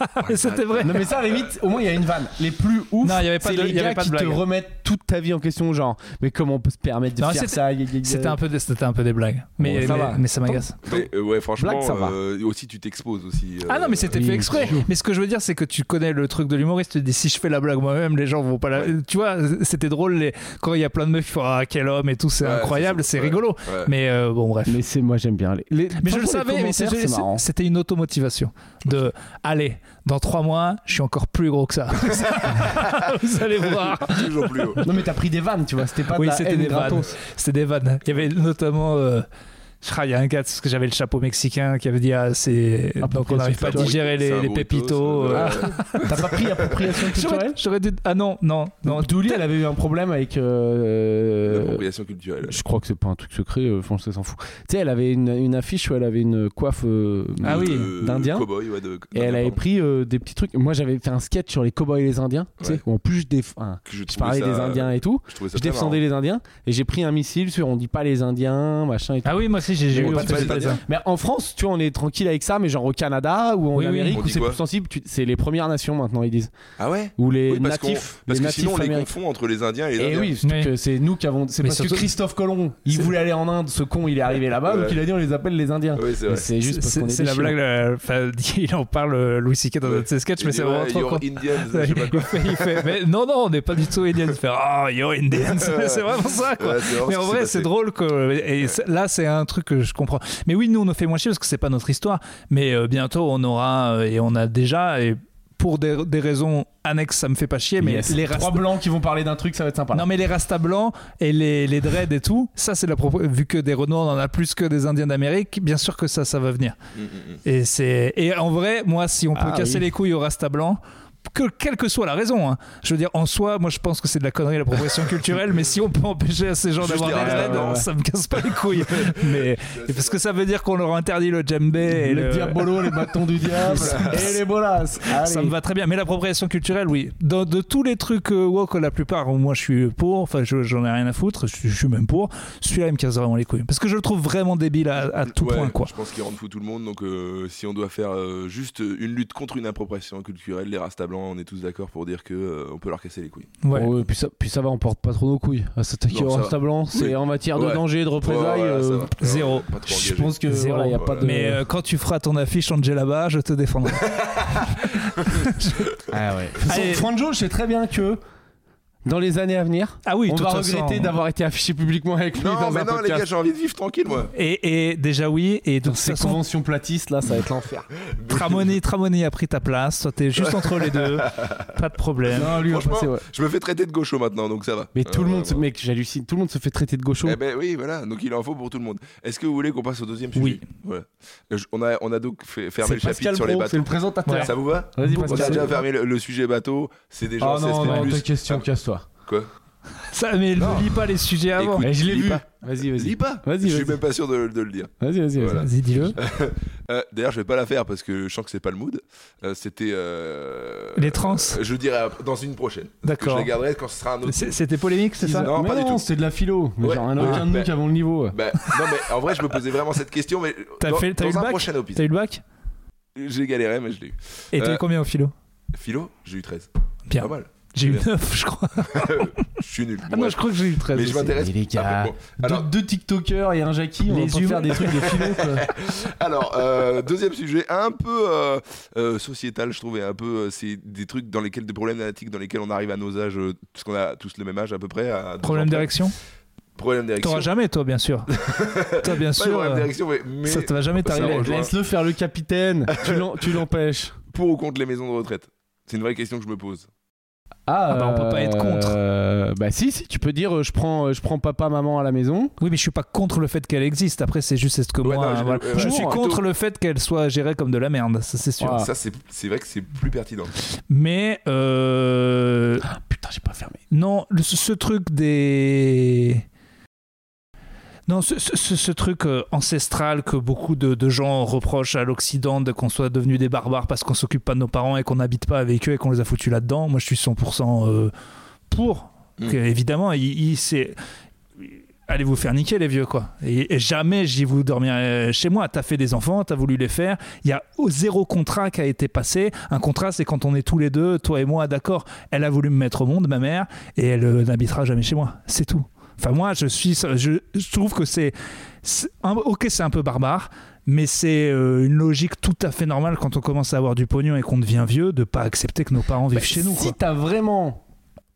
S3: Mais C'était vrai.
S2: Non mais ça à la limite, au moins il y a une vanne. Les plus ouf,
S3: Non, il y avait pas
S2: c'est
S3: de-
S2: les
S3: il y avait
S2: gars
S3: pas de
S2: qui te
S3: blague.
S2: remettent toute ta vie en question, genre mais comment on peut se permettre de
S3: Non,
S2: faire
S3: c'était-
S2: ça y- y- y-
S3: C'était un peu des- c'était un peu des blagues. Mais
S2: ça
S3: mais,
S2: va.
S3: mais ça m'agace.
S1: Donc
S2: bateau.
S1: Mais, euh, ouais, franchement,
S2: Blague, ça va.
S1: euh, aussi tu t'exposes aussi. euh,
S3: Ah non, mais c'était
S2: oui,
S3: fait exprès.
S2: toujours.
S3: Mais ce que je veux dire, c'est que tu connais le truc de l'humoriste. Tu te dis, si je fais la blague moi-même, les gens vont pas la. Tu vois, c'était drôle les... quand il y a plein de meufs qui font Ah, quel homme et tout, c'est
S1: Ouais,
S3: incroyable,
S1: c'est-
S3: c'est
S1: ouais.
S3: rigolo.
S1: ouais.
S3: Mais euh, bon, bref.
S2: Mais c'est moi, j'aime bien les. les-
S3: Mais je
S2: franchement,
S3: le
S2: les
S3: savais, mais c'est-
S2: commentaires, c'est marrant.
S3: c'était une automotivation. De, allez, dans trois mois, je suis encore plus gros que ça. Vous allez voir.
S1: Toujours plus haut.
S2: Ah. Non, mais t'as pris des vannes, tu vois. C'était pas
S3: Oui,
S2: de la
S3: c'était
S2: haine
S3: des vannes.
S2: gratos.
S3: C'était des vannes. Il y avait notamment. euh, je crois, il y a un gars, parce que j'avais le chapeau mexicain qui avait dit Ah, c'est.
S2: Ah,
S3: Donc on n'arrive pas à
S2: culturelle.
S3: digérer
S1: C'est un
S3: les, les
S1: burrito,
S3: pépitos.
S1: c'est un-
S3: euh.
S1: ouais.
S2: T'as pas pris appropriation
S3: J'aurais-
S2: culturelle
S3: J'aurais dû. Ah non, non, non.
S2: Non, Douli, elle avait eu un problème avec. euh,
S1: L'appropriation culturelle.
S2: Je crois que c'est pas un truc secret, euh, franchement, ça s'en fout. Tu sais, elle avait une, une affiche où elle avait une coiffe euh,
S3: Ah oui.
S1: De-
S2: d'Indien.
S1: Cowboy, ouais, de-
S2: Et elle
S1: d'Indien,
S2: avait
S1: pardon.
S2: pris euh, des petits trucs. Moi, j'avais fait un sketch sur les cowboys et les Indiens. Tu
S1: Ouais.
S2: sais, où en plus, je, déf- enfin,
S1: Que Je
S2: je
S1: trouvais
S2: parlais
S1: ça-
S2: des Indiens et tout.
S1: Je trouvais ça
S2: Je
S1: très
S2: défendais
S1: marrant.
S2: les Indiens. Et j'ai pris un missile sur on dit pas les Indiens, machin et tout.
S3: Ah oui, moi aussi, j'ai j'ai
S2: Mais
S3: eu
S2: on
S3: un
S2: dit
S3: truc
S1: pas
S3: comme
S1: les
S3: ça.
S2: Mais en France, tu vois, on est tranquille avec ça, mais genre au Canada ou en
S3: Oui, oui.
S2: Amérique
S1: On
S2: où
S1: dit
S2: c'est
S1: quoi
S2: plus sensible, tu- c'est les Premières Nations maintenant, ils disent.
S1: Ah ouais
S2: Ou les
S1: Oui, parce qu'on-
S2: natifs.
S1: Parce
S2: les
S1: que sinon, on
S2: natifs
S1: les
S2: américains.
S1: confond entre les Indiens et les
S2: Et
S1: Indiens.
S2: Eh oui, c'est
S3: Mais-
S2: que c'est nous qui avons. C'est
S3: Mais
S2: parce que
S3: surtout-
S2: Christophe Colomb, il
S3: C'est-
S2: voulait aller en Inde, ce con, il est arrivé là-bas, donc
S1: Ouais.
S2: il a dit on les appelle les Indiens.
S1: Ah Oui, c'est
S2: Mais
S1: vrai.
S2: C'est juste parce
S3: C'est-
S2: qu'on est.
S3: C'est la
S2: des
S3: blague,
S2: Chinois.
S3: là, enfin, il en parle euh, Louis C.K. dans un de ses sketchs,
S1: Il
S3: mais
S1: dit,
S3: c'est vraiment
S1: ouais,
S3: trop con.
S1: You're Indians, je
S3: Il
S1: sais pas quoi.
S3: fait, il fait, mais non, non, on n'est pas du tout Indians. Il fait, oh, you're Indians. c'est vraiment ça, quoi.
S1: Ouais, c'est vraiment
S3: Mais
S1: ce
S3: en
S1: qui
S3: vrai,
S1: s'est
S3: c'est
S1: passé.
S3: drôle. Que, et c'est- là, c'est un truc que je comprends. Mais oui, nous, on nous fait moins chier parce que c'est pas notre histoire. Mais euh, bientôt, on aura euh, et on a déjà. Et pour des, des raisons annexes, ça me fait pas chier. Mais
S2: Yes.
S3: les Rasta-
S2: trois blancs qui vont parler d'un truc, ça va être sympa.
S3: Non mais les Rasta blancs et les, les dreads et tout, ça c'est la propos- vu que des Renois on en a plus que des Indiens d'Amérique, bien sûr que ça ça va venir.
S1: Mm, mm, mm.
S3: Et c'est et en vrai, moi si on peut
S2: Ah,
S3: casser
S2: oui.
S3: les couilles aux Rasta blancs, que quelle que soit la raison, hein. je veux dire en soi, moi je pense que c'est de la connerie la progression culturelle, mais si on peut empêcher à ces gens
S1: Juste
S3: d'avoir des
S1: les Rasta
S3: dreads,
S2: blancs, ouais.
S3: ça me casse pas les couilles. mais
S1: mm.
S3: et parce que ça veut dire qu'on leur interdit le djembé et
S2: le
S3: le-
S2: diabolo, les bâtons du diable et les bolas.
S3: Ça me va très bien. Mais l'appropriation culturelle, oui. De, de tous les trucs euh, woke, la plupart, moi je suis pour. Enfin, je- j'en ai rien à foutre. Je, je suis même pour. Celui-là, il me casse vraiment les couilles. Parce que je le trouve vraiment débile à, à tout
S1: Ouais,
S3: point, quoi.
S1: Je pense qu'il rend fou tout le monde. Donc, euh, si on doit faire euh, juste une lutte contre une appropriation culturelle, les Rasta blancs, on est tous d'accord pour dire que euh, on peut leur casser les couilles.
S3: Ouais.
S2: Oh, ouais, puis, ça, puis ça va, on porte pas trop nos couilles. Ah, À s'attaquer
S1: Non,
S2: au
S1: ça
S2: Rasta Blanc, c'est
S1: Oui.
S2: en matière de
S1: Ouais.
S2: danger, de représailles.
S1: Ouais, voilà, ça
S2: euh,
S1: va.
S3: zéro.
S1: Pas trop
S2: je
S1: engagé.
S2: pense que
S3: Zéro.
S2: voilà, y a pas de.
S3: Mais euh, quand tu feras ton affiche en djellaba, je te défendrai.
S2: Ah ouais. De toute façon,
S3: Allez.
S2: Franjo, je sais très bien que dans les années à venir,
S3: Ah oui,
S2: on
S3: de
S2: va
S3: toute façon.
S2: regretter d'avoir été affiché publiquement avec lui
S1: Non,
S2: dans
S1: mais
S2: un
S1: non, les gars,
S2: podcast.
S1: j'ai envie de vivre tranquille, moi.
S3: Et, et déjà, oui. Et de
S2: Dans
S3: toute
S2: ces
S3: façon,
S2: conventions platistes, là, ça va être l'enfer.
S3: Tramoni, Tramoni a pris ta place. Toi, t'es juste entre les deux. Pas de problème.
S2: Non, lui, on va
S1: Franchement,
S2: passer, ouais.
S1: Je me fais traiter de gaucho maintenant, donc ça va.
S2: Mais
S1: Euh,
S2: tout le
S1: voilà,
S2: monde, se-
S1: voilà.
S2: mec, j'hallucine, tout le monde se fait traiter de gaucho.
S1: Eh ben oui, voilà, donc il en faut pour tout le monde. Est-ce que vous voulez qu'on passe au deuxième sujet
S3: Oui.
S1: Voilà. Je- On, a, on a donc fait- fermé
S2: C'est
S1: le chapitre
S2: Pascal
S1: sur les
S2: Pro, c'est
S1: bateaux.
S2: le présentateur.
S3: Ouais.
S1: Ça vous va
S2: Vas-y,
S1: On a
S2: Pascal.
S1: déjà fermé le, le sujet bateau, c'est déjà
S2: Ah
S1: en
S2: non,
S1: 16
S2: non,
S1: plus.
S2: ta question, casse-toi.
S1: Quoi
S3: Ça, mais
S1: Non.
S3: ne lis pas les sujets avant.
S1: Écoute,
S2: Eh, je l'ai
S1: lis
S2: vu.
S1: pas.
S2: Vas-y,
S1: Lis
S2: vas-y.
S1: pas
S2: Vas-y,
S1: hein. Je suis
S2: vas-y.
S1: même pas sûr de, de le dire.
S2: Vas-y, vas-y, vas-y.
S1: Voilà.
S3: Vas-y, dis-le.
S1: Euh, D'ailleurs, je vais pas la faire parce que je sens que c'est pas le mood. Euh, C'était. euh,
S3: Les trans.
S1: euh, Je dirais ap- dans une prochaine. Parce que
S3: D'accord.
S1: Je la garderai quand ce sera un autre.
S3: C'est- C'était polémique, c'est ça
S1: Non,
S2: mais
S1: pas du
S2: non,
S1: tout.
S2: c'est de la philo. Mais
S1: Ouais.
S2: genre, un
S1: Ah.
S2: aucun de nous
S1: Ouais.
S2: qui avons le niveau. ouais.
S1: Bah, non, mais en vrai, je me posais vraiment cette question, mais
S3: T'as
S1: dans,
S3: fait- t'as
S1: dans
S3: eu le
S1: un
S3: bac
S1: prochain
S3: T'as
S1: opus.
S3: eu le bac
S1: J'ai galéré, mais je l'ai eu.
S3: Et t'as
S1: Euh,
S3: eu combien au philo
S1: Philo, j'ai eu 13.
S3: Bien.
S1: Pas mal.
S3: J'ai eu
S1: bien.
S3: 9, je crois.
S1: Je suis nul.
S3: Ah
S1: Bon,
S3: non, je crois que j'ai eu 13.
S1: mais je
S3: aussi.
S1: m'intéresse.
S2: Mais les gars,
S1: Ah, bon, bon. Alors,
S2: Deux, deux TikTokers et un Jackie, on va
S3: Les
S2: pas
S3: humains.
S2: faire des trucs de philo. quoi.
S1: Alors, euh, deuxième sujet, un peu euh, euh, sociétal, je trouvais, un peu, euh, c'est des trucs dans lesquels, des problématiques dans lesquels on arrive à nos âges, euh, parce qu'on a tous le même âge à peu près. à deux
S3: Problème
S1: ans près.
S3: d'érection
S1: Problème d'érection.
S3: T'auras jamais, toi, bien sûr. toi,
S1: Pas
S3: bien
S1: de
S3: sûr.
S1: problème
S3: euh,
S1: d'érection, mais, mais
S3: Ça te va jamais
S1: Ça
S3: t'arriver.
S1: rejoint.
S2: Laisse-le faire le capitaine, tu l'en- tu l'empêches.
S1: pour ou contre les maisons de retraite C'est une vraie question que je me pose.
S3: Ah bah, on peut pas être contre.
S2: euh, bah si, si, tu peux dire euh, je prends, euh, je prends papa, maman à la maison.
S3: Oui, mais je suis pas contre le fait qu'elle existe. Après, c'est juste est-ce que
S1: Ouais,
S3: moi. euh,
S1: non, je-
S3: voilà.
S1: ouais,
S3: je,
S1: ouais.
S3: suis
S1: Plutôt-
S3: contre le fait qu'elle soit gérée comme de la merde, ça c'est sûr.
S2: Ah.
S1: Ça, c'est c'est vrai que c'est plus pertinent.
S3: Mais. euh,
S2: Ah, Putain, j'ai pas fermé.
S3: Non, le- ce, ce truc des. Non, ce, ce- ce- ce truc euh, ancestral que beaucoup de, de gens reprochent à l'Occident de qu'on soit devenus des barbares parce qu'on s'occupe pas de nos parents et qu'on n'habite pas avec eux et qu'on les a foutus là-dedans. Moi, je suis 100% euh, pour.
S1: Mm.
S3: Que, évidemment, il, il- c'est. Allez vous faire niquer les vieux quoi. Et, et jamais j'y vous dormir chez moi. T'as fait des enfants, t'as voulu les faire. Il y a au- zéro contrat qui a été passé. Un contrat c'est quand on est tous les deux, toi et moi, d'accord. Elle a voulu me mettre au monde, ma mère et elle euh, n'habitera jamais chez moi. C'est tout. Enfin, moi, je suis, je, je trouve que c'est, c'est un- ok, c'est un peu barbare, mais c'est euh, une logique tout à fait normale quand on commence à avoir du pognon et qu'on devient vieux de pas accepter que nos parents vivent
S2: Bah,
S3: chez nous.
S2: Si
S3: Quoi.
S2: t'as vraiment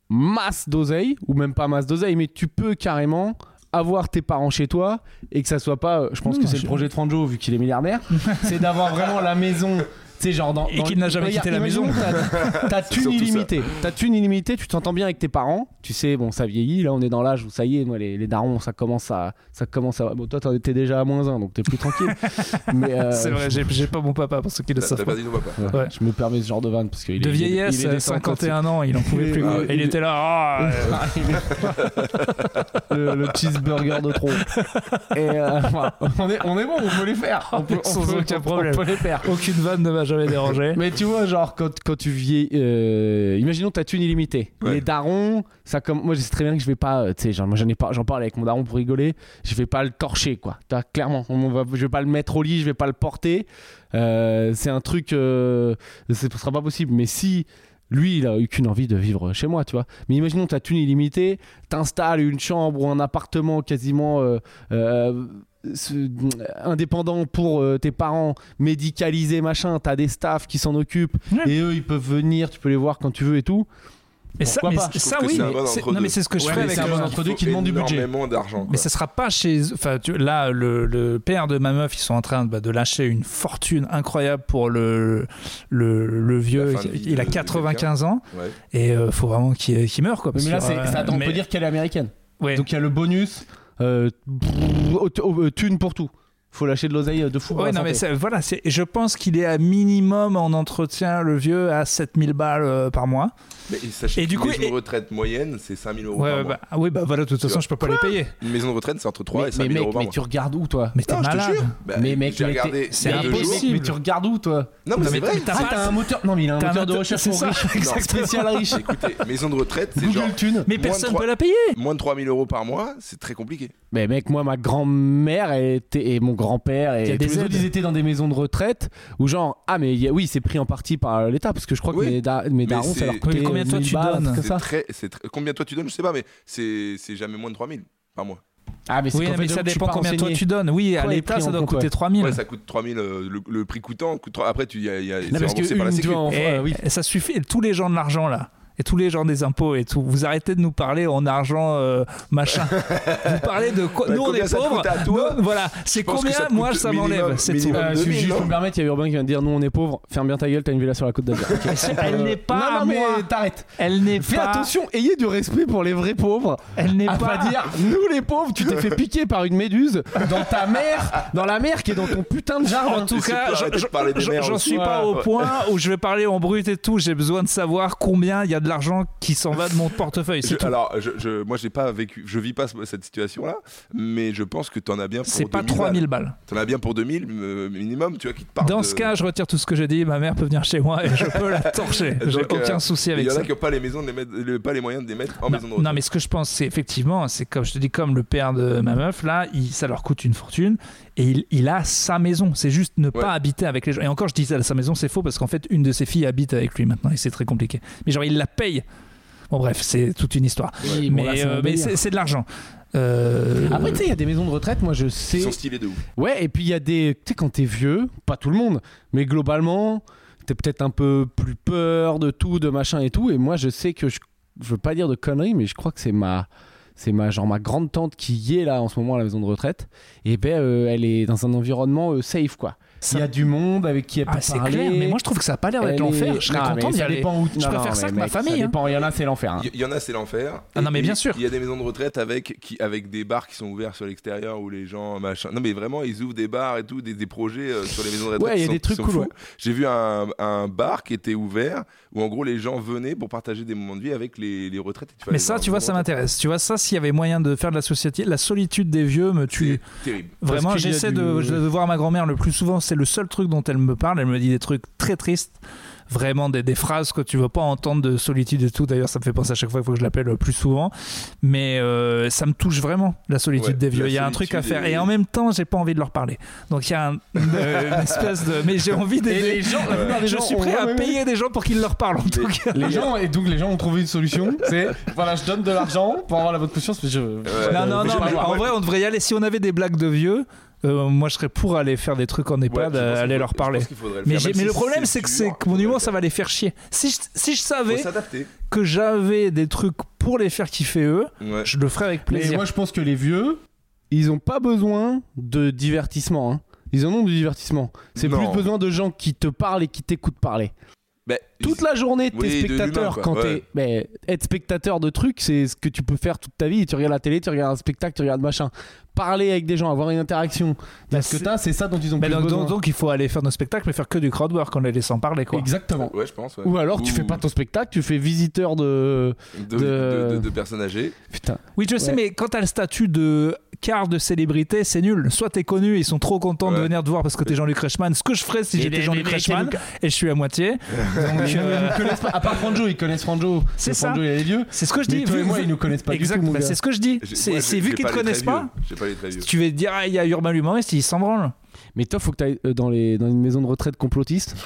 S2: masse d'oseille, ou même pas masse d'oseille, mais tu peux carrément avoir tes parents chez toi et que ça soit pas. euh, Je pense
S3: Non,
S2: que
S3: Mmh,
S2: c'est
S3: bah, je-
S2: le projet de Franjo, vu qu'il est milliardaire, c'est d'avoir vraiment la maison. Tu sais, genre dans,
S3: Et
S2: dans-
S3: qu'il n'a jamais
S2: Regarde,
S3: quitté la
S2: imaginons
S3: maison.
S2: que T'as t'as thune
S1: surtout ça.
S2: illimitée. T'as thune illimitée, tu t'entends bien avec tes parents. Tu sais, bon, ça vieillit. Là, on est dans l'âge où ça y est, moi, les, les darons, ça commence à. Ça commence à... Bon, toi, t'en étais déjà à moins 1, donc t'es plus tranquille. mais, euh,
S3: C'est vrai, j'ai j'ai pas mon papa pour ceux qui le
S1: T'as
S3: savent.
S1: t'as
S3: pas.
S1: pas dit non, papa.
S2: ouais,
S3: Ouais.
S2: Je me permets ce genre de vanne parce qu'il est.
S3: De
S2: il est-
S3: vieillesse, euh,
S2: il est descendant,
S3: 51 ans, il en pouvait plus.
S2: euh,
S1: Ah
S3: quoi.
S1: ouais.
S3: Et il était là. ah, euh,
S2: le, le cheeseburger de trop. Et euh, voilà. on, est, on est bon, on peut les faire. On peut, on
S3: Sans
S2: peut-
S3: aucun
S2: on-
S3: problème.
S2: On peut les faire.
S3: oh, Aucune vanne ne m'a jamais dérangé.
S2: Mais tu vois, genre, quand, quand tu vieillis. euh, imaginons que t'as thune illimitée.
S1: Ouais.
S2: Les darons, ça comme. Moi, je sais très bien que je vais pas. euh, tu sais, genre, moi, j'en ai pas- j'en parle avec mon daron pour rigoler. Je vais pas le torcher, quoi. Tu vois, clairement. On va, je vais pas le mettre au lit, je vais pas le porter. Euh, c'est un truc. euh, ce sera pas possible. Mais si. Lui, il a eu qu'une envie de vivre chez moi, tu vois. Mais imaginons que t'as thune illimitée, t'installes une chambre ou un appartement quasiment euh, euh, ce- indépendant pour euh, tes parents, médicalisé, machin, t'as des staffs qui s'en occupent,
S3: Ouais.
S2: et eux, ils peuvent venir, tu peux les voir quand tu veux et tout.
S3: Et ça,
S2: Pourquoi
S3: mais
S2: pas
S3: ça,
S1: Je trouve que
S3: oui.
S1: c'est un
S3: mais
S1: bon
S3: c'est-
S1: entre
S3: non, mais
S1: deux.
S3: c'est ce que je
S2: Ouais,
S3: fais
S2: mais
S3: avec
S2: c'est un
S3: euh,
S2: bon
S1: Il
S2: entre deux
S1: faut
S2: qui demande du budget.
S1: Énormément d'argent. quoi.
S3: Mais ça sera pas chez. Enfin, tu... là, le, le père de ma meuf, ils sont en train de, bah, de lâcher une fortune incroyable pour le, le, le vieux.
S1: La fin de vie
S3: Il a
S1: de- de
S3: 95 ans
S1: Ouais.
S3: et euh, faut vraiment qu'il qu'il meure, quoi.
S2: Mais,
S3: parce
S2: là,
S3: que,
S2: c'est,
S3: euh,
S2: ça, attends, on
S3: mais-
S2: peut dire qu'elle est américaine.
S3: ouais.
S2: Donc il y a le bonus, euh, pff, au- au- euh, thune pour tout. Faut lâcher de l'oseille euh, de fou. pour
S3: Ouais,
S2: la
S3: non, mais
S2: santé.
S3: ça- voilà, c'est- je pense qu'il est à minimum en entretien, le vieux, à 7000 balles euh, par mois.
S1: Mais sachez
S3: Et du
S1: qu'une
S3: coup,
S1: maison
S3: et-
S1: de retraite moyenne, c'est 5000 euros
S3: Ouais,
S1: par
S3: ouais,
S1: mois.
S3: bah, ah oui, bah voilà, de toute façon,
S1: vois.
S3: je peux pas les payer.
S1: Une maison de retraite, c'est entre 3 et
S2: mais,
S1: 5000
S2: mais
S1: euros
S2: mec,
S1: par
S2: mais
S1: mois.
S2: tu regardes où, toi
S3: Mais t'es
S1: Non, je te
S3: malade.
S1: jure. Bah,
S2: Mais mec,
S1: j'ai
S2: mais t'es-
S1: regardé.
S3: c'est
S1: il y a
S2: Mais-
S1: deux
S2: mais-
S1: jours.
S3: impossible.
S2: Mais tu regardes où, toi
S1: Non, mais
S3: Non,
S1: c'est
S3: mais
S1: vrai.
S3: t'as
S2: Ah,
S3: pas-
S2: t'as un moteur. Non, mais il a un
S3: t'as un
S2: moteur de
S3: moteur-
S2: recherche
S3: c'est
S2: pour
S3: ça,
S2: riches.
S3: exactement.
S2: Spécial riche.
S1: Écoutez, maison de retraite, c'est genre
S2: Google Thune.
S3: Mais
S1: Moins
S3: personne
S1: trois-
S3: peut la payer.
S1: moins de 3000 euros par mois, c'est très compliqué.
S2: Mais mec, moi, ma grand-mère était- et mon grand-père
S3: Il y a
S2: et
S3: des
S2: tous les autres,
S3: aides.
S2: ils étaient dans des maisons de retraite où genre ah mais il y a- oui, c'est pris en partie par l'État parce que je crois que
S1: Oui.
S2: mes, da- mes darons
S1: c'est-
S2: ça leur
S1: Oui,
S2: coûtait
S3: mais combien, toi,
S2: 1000
S3: tu
S2: balles, un
S3: donnes
S2: truc comme
S1: C'est
S2: ça.
S1: très- c'est très- Combien toi tu donnes, je sais pas, mais c'est c'est jamais moins de 3000 par mois.
S2: Ah mais c'est
S3: Oui,
S2: qu'en fait,
S3: mais ça
S2: j'avoue que je suis
S3: dépend
S2: pas
S3: combien toi
S2: renseigné.
S3: tu donnes. Oui, à
S2: Toi, les
S3: l'État,
S2: prix
S3: ça
S2: en
S3: doit
S2: compte,
S3: coûter
S2: ouais.
S3: 3000.
S1: Ouais, ça coûte 3000 euh, le, le prix coûtant. coûte trois- Après, tu y a- y a-
S2: Non,
S1: c'est
S2: parce que
S1: remboursé par la
S2: une,
S1: Sécu.
S2: tu vois, en-
S3: Eh,
S2: euh, oui.
S3: Ça suffit. Et Tous les gens de l'argent là. Et tous les gens des impôts et tout. Vous arrêtez de nous parler en argent euh, machin. vous parlez de quoi
S1: Bah,
S3: Nous on
S1: combien
S3: est
S1: ça te
S3: pauvres.
S1: coûte à toi
S3: Nous, voilà. C'est
S1: pense que
S3: combien
S1: ça te
S3: Moi
S1: coûte
S3: ça
S1: minimum,
S3: m'enlève. C'est tout.
S1: minimum.
S2: Euh, si je-
S1: 2000,
S2: je peux
S1: non
S2: me permettre, il y a Urbain qui vient de dire nous on est pauvres, ferme bien ta gueule, t'as une villa sur la côte d'Azur. Ok.
S3: Elle
S1: Euh,
S3: n'est pas
S2: non, non,
S3: à
S2: mais
S3: moi.
S2: t'arrêtes.
S3: Elle n'est
S2: Fais
S3: pas.
S2: attention, ayez du respect pour les vrais pauvres.
S3: Elle n'est
S2: À
S3: pas.
S2: pas dire, nous les pauvres, tu t'es fait piquer par une méduse dans ta mère, dans la mer qui est dans ton putain de jardin.
S3: En tout
S1: Est-ce que
S3: cas,
S1: tu peux
S3: j'en-
S1: arrêter de
S3: j'en-
S1: parler des
S3: j'en
S1: merdes
S3: j'en suis pas
S1: Ouais.
S3: au point où je vais parler en brut et tout. J'ai besoin de savoir combien il y a de l'argent qui s'en va de mon portefeuille.
S1: Je-
S3: C'est tout.
S1: alors, je, je- moi, j'ai pas vécu, je vis pas ce- cette situation-là, mais je pense que t'en as bien pour bah,
S3: C'est pas
S1: 2000
S3: 3000 balles.
S1: balles. T'en as bien pour 2000 euh, minimum, tu vois, qui te partent.
S3: Dans ce
S1: euh,
S3: cas, je retire tout ce que j'ai dit. Ma mère peut venir chez moi et je peux la torcher. J'ai
S1: Donc, euh,
S3: aucun souci
S1: il
S3: avec
S1: y en
S3: ça.
S1: a qui n'ont pas les maisons, de les mettre- le- pas les moyens de les mettre en
S3: Non,
S1: maison de retraite.
S3: non, mais ce que je pense, c'est effectivement, c'est comme je te dis, comme le père de ma meuf, là, il- ça leur coûte une fortune et il, il a sa maison. C'est juste ne
S1: Ouais.
S3: pas habiter avec les gens. Et encore, je dis ça, sa maison, c'est faux parce qu'en fait, une de ses filles habite avec lui maintenant et c'est très compliqué. Mais genre, il la paye. Bon, bref, c'est toute une histoire.
S2: Oui, bon,
S3: mais
S2: là, c'est
S3: euh,
S2: un
S3: mais
S2: délire.
S3: c'est c'est de l'argent. Euh,
S2: Après, tu sais, il y a des maisons de retraite, moi je sais.
S1: Ils sont stylés de ouf.
S2: Ouais, et puis il y a des. Tu sais, quand t'es vieux, pas tout le monde, mais globalement, t'es peut-être un peu plus peur de tout, de machin et tout. Et moi, je sais que je. Je veux pas dire de conneries, mais je crois que c'est ma. C'est ma, genre ma grande tante qui y est là en ce moment à la maison de retraite. Et ben, euh, elle est dans un environnement euh, safe quoi.
S3: ça-
S2: Il y a du monde avec qui elle peut
S3: Ah, c'est
S2: parler.
S3: clair, mais moi je trouve que ça a pas l'air d'être
S2: Elle
S3: l'enfer.
S2: est-
S3: Je serais
S2: Non,
S3: content
S2: mais
S3: d'y
S2: ça
S3: aller.
S2: dépend où-
S3: Je
S2: non,
S3: préfère
S2: non,
S3: ça
S2: mais
S3: que ma
S2: mec,
S3: famille,
S2: Ça
S3: hein.
S2: dépend. Il y en a, c'est l'enfer. hein.
S1: Il y- il y en a, c'est l'enfer.
S3: Ah
S1: Et
S3: non, mais
S1: puis,
S3: bien sûr.
S1: Il y a des maisons de retraite avec, qui, avec des bars qui sont ouverts sur l'extérieur où les gens, machin. Non, mais vraiment, ils ouvrent des bars et tout, des, des projets euh, sur les maisons de retraite.
S2: Ouais, il y a
S1: qui
S2: des
S1: sont-
S2: trucs
S1: qui sont
S2: cool,
S1: fous.
S2: ouais.
S1: J'ai vu un, un bar qui était ouvert où, en gros, les gens venaient pour partager des moments de vie avec les, les retraites.
S3: Mais ça, tu vois, ça m'intéresse. Tu vois, ça, s'il y avait moyen de faire de la société, la solitude des vieux me tue.
S1: C'est terrible.
S3: Vraiment,
S2: Parce qu'il y a
S3: j'essaie
S2: du-
S3: de, je- de voir ma grand-mère le plus souvent. C'est le seul truc dont elle me parle. Elle me dit des trucs très tristes. Vraiment des, des phrases que tu veux pas entendre de solitude et tout. D'ailleurs, ça me fait penser à chaque fois qu'il faut que je l'appelle euh, plus souvent. Mais euh, ça me touche vraiment, la
S1: Ouais,
S3: solitude des vieux.
S1: la
S3: Il y a un truc à
S1: solitude
S3: faire.
S1: et-
S3: Et en même temps, j'ai pas envie de leur parler. Donc il y a un- euh, une espèce de. Mais j'ai envie
S2: Et
S3: d'aider. Ah,
S2: les gens, la plupart des
S3: Je
S2: gens
S3: suis
S2: ont-
S3: prêt à
S2: ouais, ouais,
S3: payer des gens pour qu'ils leur parlent en tout
S1: Mais-
S3: cas.
S2: Les gens, et donc les gens ont trouvé une solution, c'est voilà, je donne de l'argent pour avoir la bonne conscience, mais je.
S1: Ouais.
S3: Non, non,
S2: Euh, mais
S3: non,
S2: je-
S3: mais
S2: je-
S3: en
S1: ouais.
S3: vrai, on devrait y aller. Si on avait des blagues de vieux, euh, moi je serais pour aller faire des trucs en EHPAD,
S1: je pense
S3: euh,
S1: qu'il
S3: aller
S1: faut-
S3: leur
S1: je
S3: parler.
S1: pense qu'il faudrait
S3: Mais,
S1: faire,
S3: j'ai-
S1: même
S3: mais
S1: si
S3: le problème, c'est que, c'est
S1: dur,
S3: que mon humour,
S1: faudrait
S3: ça va les faire chier. Si je, si je
S1: le
S3: savais
S1: faire. Faut s'adapter.
S3: que j'avais des trucs pour les faire kiffer eux,
S1: Ouais.
S3: je le ferais avec
S2: Mais
S3: plaisir.
S2: moi, je pense que les vieux, ils ont pas besoin de divertissement. hein. Ils en ont du divertissement. C'est
S1: Non.
S2: plus besoin de gens qui te parlent et qui t'écoutent parler.
S1: Ben,
S2: Toute la journée,
S1: Oui, de
S2: t'es spectateur.
S1: l'humain, quoi.
S2: Quand
S1: Ouais.
S2: t'es, mais être spectateur de trucs, c'est ce que tu peux faire toute ta vie. Tu regardes la télé, tu regardes un spectacle, tu regardes machin. Parler avec des gens, avoir une interaction.
S3: Bah,
S2: Dire ce que
S3: c'est-
S2: t'as, c'est ça dont ils ont
S3: Mais
S2: plus
S3: donc,
S2: besoin.
S3: donc- donc, il faut aller faire nos spectacles, mais faire que du crowdwork en les laissant parler. Quoi.
S2: Exactement.
S1: Ouais, je pense. ouais.
S2: Ou alors tu
S1: Ou
S2: fais pas ton spectacle, tu fais visiteur de.
S1: de,
S2: de-
S1: de- de- de personnes âgées.
S2: Putain.
S3: Oui, je sais,
S2: Ouais.
S3: mais quand t'as le statut de quart de célébrité, c'est nul. Soit t'es connu et ils sont trop contents de
S1: Ouais.
S3: venir te voir parce que t'es Jean-Luc Reichmann, ce que je ferais si
S2: Il
S3: j'étais
S2: est-
S3: Jean-Luc
S2: il est-
S3: Reichmann
S2: il est-
S3: et je suis à moitié. Donc, euh,
S2: Ils connaissent pas, à part Franjo, ils connaissent Franjo.
S3: C'est
S2: Et
S3: ça.
S2: Franjo, il y a les vieux.
S3: c'est ce que je
S2: Mais
S3: dis.
S2: toi
S3: vu-
S2: et moi,
S3: vu-
S2: ils nous connaissent pas
S3: Exact,
S2: du tout. mon
S3: bah,
S2: gars.
S3: c'est ce que je dis.
S1: J'ai-
S3: C'est
S1: moi,
S3: c'est
S1: j'ai-
S3: vu
S1: j'ai
S3: qu'ils te
S1: les très
S3: connaissent pas,
S1: vieux. J'ai pas les très vieux.
S3: tu vas te dire, ah, il y a Urban Humoriste, ils s'en branlent.
S2: Mais toi, faut que t'ailles euh, dans, les, dans une maison de retraite complotiste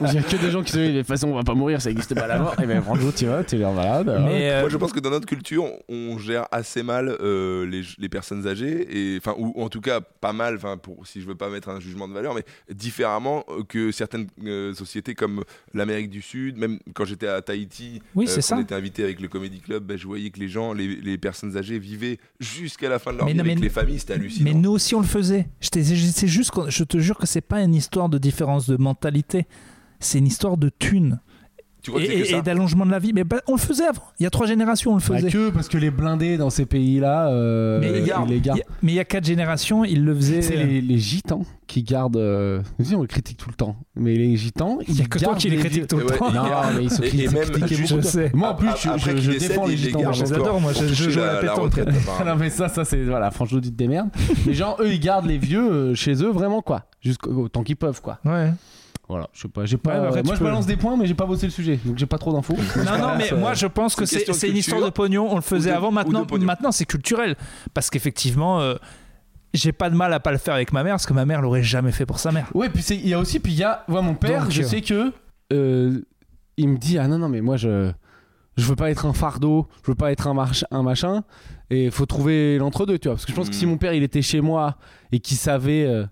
S2: où il y a que des gens qui se disent de toute façon, on va pas mourir, ça existe pas la mort. Et ben, Franjo, tu vas, bah, t'es l'air malade. alors.
S3: Mais, euh,
S1: Moi, je pense que dans notre culture, on gère assez mal euh, les, les personnes âgées, et, enfin, ou en tout cas pas mal, enfin, pour, si je veux pas mettre un jugement de valeur, mais différemment euh, que certaines euh, sociétés comme l'Amérique du Sud, même quand j'étais à Tahiti,
S3: Oui, c'est ça.
S1: on était invité avec le Comedy Club, ben, je voyais que les gens, les, les personnes âgées vivaient jusqu'à la fin de leur
S3: Mais
S1: vie
S3: non,
S1: avec
S3: mais-
S1: les familles, c'était hallucinant.
S3: Mais nous aussi, on le faisait. Je t'ai- C'est juste qu'on- je te jure que c'est pas une histoire de différence de mentalité. C'est une histoire de thunes
S1: tu crois
S3: et,
S1: que c'est que
S3: et-
S1: ça
S3: et d'allongement de la vie. Mais bah, on le faisait avant. Il y a trois générations, on le
S2: Pas
S3: faisait.
S2: Bah, que parce que les blindés dans ces pays-là, euh,
S3: Mais
S1: les gars,
S2: ils les
S3: Il
S2: gardent.
S3: y a- mais il y a quatre générations, ils le euh, faisaient.
S2: C'est les, les gitans qui gardent. euh, Nous aussi, on les critique tout le temps. Mais les gitans, ils
S3: Il y a que toi
S2: gardent
S3: qui les
S2: vieux-
S3: critique tout le
S1: Ouais.
S3: temps.
S2: Non, mais ils sont
S1: Et- et
S2: critiqués
S1: même
S2: critiqués
S1: juste-
S2: beaucoup.
S3: Je sais.
S2: Moi, en plus,
S1: Ap-
S2: je,
S1: après
S2: je-
S1: qu'ils
S2: je
S1: décèdent,
S2: défends les
S1: ils les
S2: gitans.
S1: gardent
S2: vraiment.
S1: encore.
S3: J'adore, moi,
S1: Pour
S3: je- je
S1: toucher
S3: joue
S1: la,
S3: à la
S1: la
S3: pétanque.
S1: retraite, apparemment.
S2: Ah non mais ça, ça c'est voilà, franchement, dites des merdes. Les gens, eux, ils gardent les vieux euh, chez eux vraiment quoi, jusqu'au tant qu'ils peuvent quoi.
S3: Ouais.
S2: Voilà, je sais pas, j'ai pas.
S3: Ouais, mais après,
S2: euh,
S3: tu
S2: moi, je
S3: peux-
S2: balance des points, mais j'ai pas bossé le sujet, donc j'ai pas trop d'infos.
S3: Non, non, mais
S2: euh,
S3: moi je pense que
S1: c'est une
S3: c'est
S1: question de
S3: c'est une
S1: culture
S3: histoire de pognon. On le faisait
S1: ou de-
S3: avant,
S1: ou de
S3: maintenant,
S1: pognon.
S3: maintenant c'est culturel. Parce qu'effectivement, euh, j'ai pas de mal à pas le faire avec ma mère, parce que ma mère l'aurait jamais fait pour sa mère.
S2: Ouais, puis c'est- il y a aussi, puis il y a, moi, mon père,
S3: Donc,
S2: je
S3: euh,
S2: sais que euh, il me dit ah non non mais moi je je veux pas être un fardeau, je veux pas être un march- un machin, et faut trouver l'entre-deux, tu vois, parce que je pense que
S1: Mm.
S2: si mon père il était chez moi et qu'il savait euh,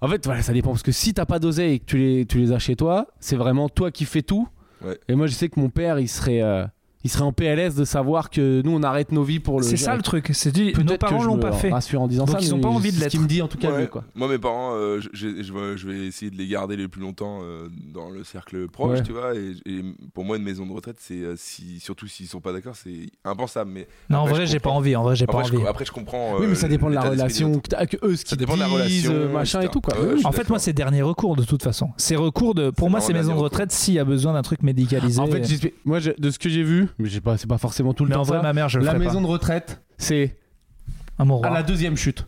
S2: en fait, voilà, ça dépend. Parce que si t'as pas d'oseille et que tu les, tu les as chez toi, c'est vraiment toi qui fais tout.
S1: Ouais.
S2: Et moi, je sais que mon père, il serait, euh, il serait en PLS de savoir que nous, on arrête nos vies pour le.
S3: C'est ça le truc. C'est dit, nos
S2: que
S3: parents
S2: je
S3: l'ont
S2: me
S3: pas fait.
S2: Rassure en disant
S3: Donc,
S2: ça,
S3: ils ont
S2: mais
S3: pas envie de
S2: c'est ce
S3: l'être.
S2: qu'il me dit en tout cas,
S1: Ouais.
S2: lui, quoi.
S1: Moi, mes parents, euh, je- je, je vais- je vais essayer de les garder le plus longtemps euh, dans le cercle proche,
S2: Ouais.
S1: tu vois. Et, et pour moi, une maison de retraite, c'est euh, si, surtout s'ils sont pas d'accord, c'est impensable. Mais
S3: Non, en
S1: Après,
S3: vrai,
S1: je
S3: j'ai pas
S1: comprends.
S3: envie. En vrai, j'ai pas
S1: après, je,
S3: envie.
S1: après, je comprends.
S2: oui,
S1: euh,
S2: mais ça dépend de la
S1: l'état d'esprit
S2: relation,
S1: des autres.
S2: que, t'as- que eux, ce
S1: Ça
S2: qu'ils
S1: dépend de la
S2: disent,
S1: relation,
S2: euh, machin et
S1: etc.
S2: tout, quoi.
S1: Ouais, ouais, je suis
S3: En fait, moi,
S1: d'accord.
S3: c'est dernier recours de toute façon. C'est recours de. Pour
S1: C'est
S3: moi,
S1: vraiment
S3: c'est maison de
S1: dernier
S3: retraite s'il y a besoin d'un truc médicalisé.
S2: En fait, j'explique- moi, je- de ce que j'ai vu, mais j'ai pas, c'est pas forcément tout le
S3: mais
S2: temps
S3: en vrai,
S2: ça,
S3: ma mère, je le
S2: la
S3: ferais
S2: maison de retraite, c'est
S3: pas. À mon roi.
S2: à la deuxième chute.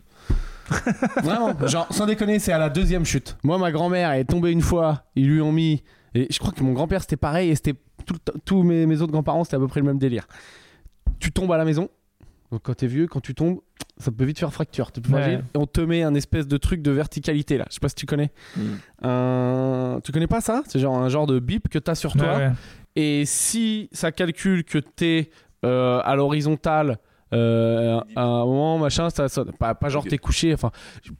S2: Vraiment, genre, sans déconner, c'est à la deuxième chute. Moi, ma grand-mère est tombée une fois, ils lui ont mis. Et je crois que mon grand-père, c'était pareil, et c'était. tout le temps- tous mes, mes autres grands-parents, c'était à peu près le même délire. Tu tombes à la maison, donc quand t'es vieux, quand tu tombes, ça peut vite faire fracture, t'es plus
S3: Ouais.
S2: fragile, et on te met un espèce de truc de verticalité là. Je sais pas si tu connais.
S3: Mm.
S2: Un- Euh, Tu connais pas ça C'est genre un genre de bip que t'as sur
S3: Ouais,
S2: toi.
S3: ouais.
S2: Et si ça calcule que t'es euh, à l'horizontale euh, à un moment, machin, ça sonne. Pas, pas genre
S1: Ok.
S2: t'es couché, enfin. je-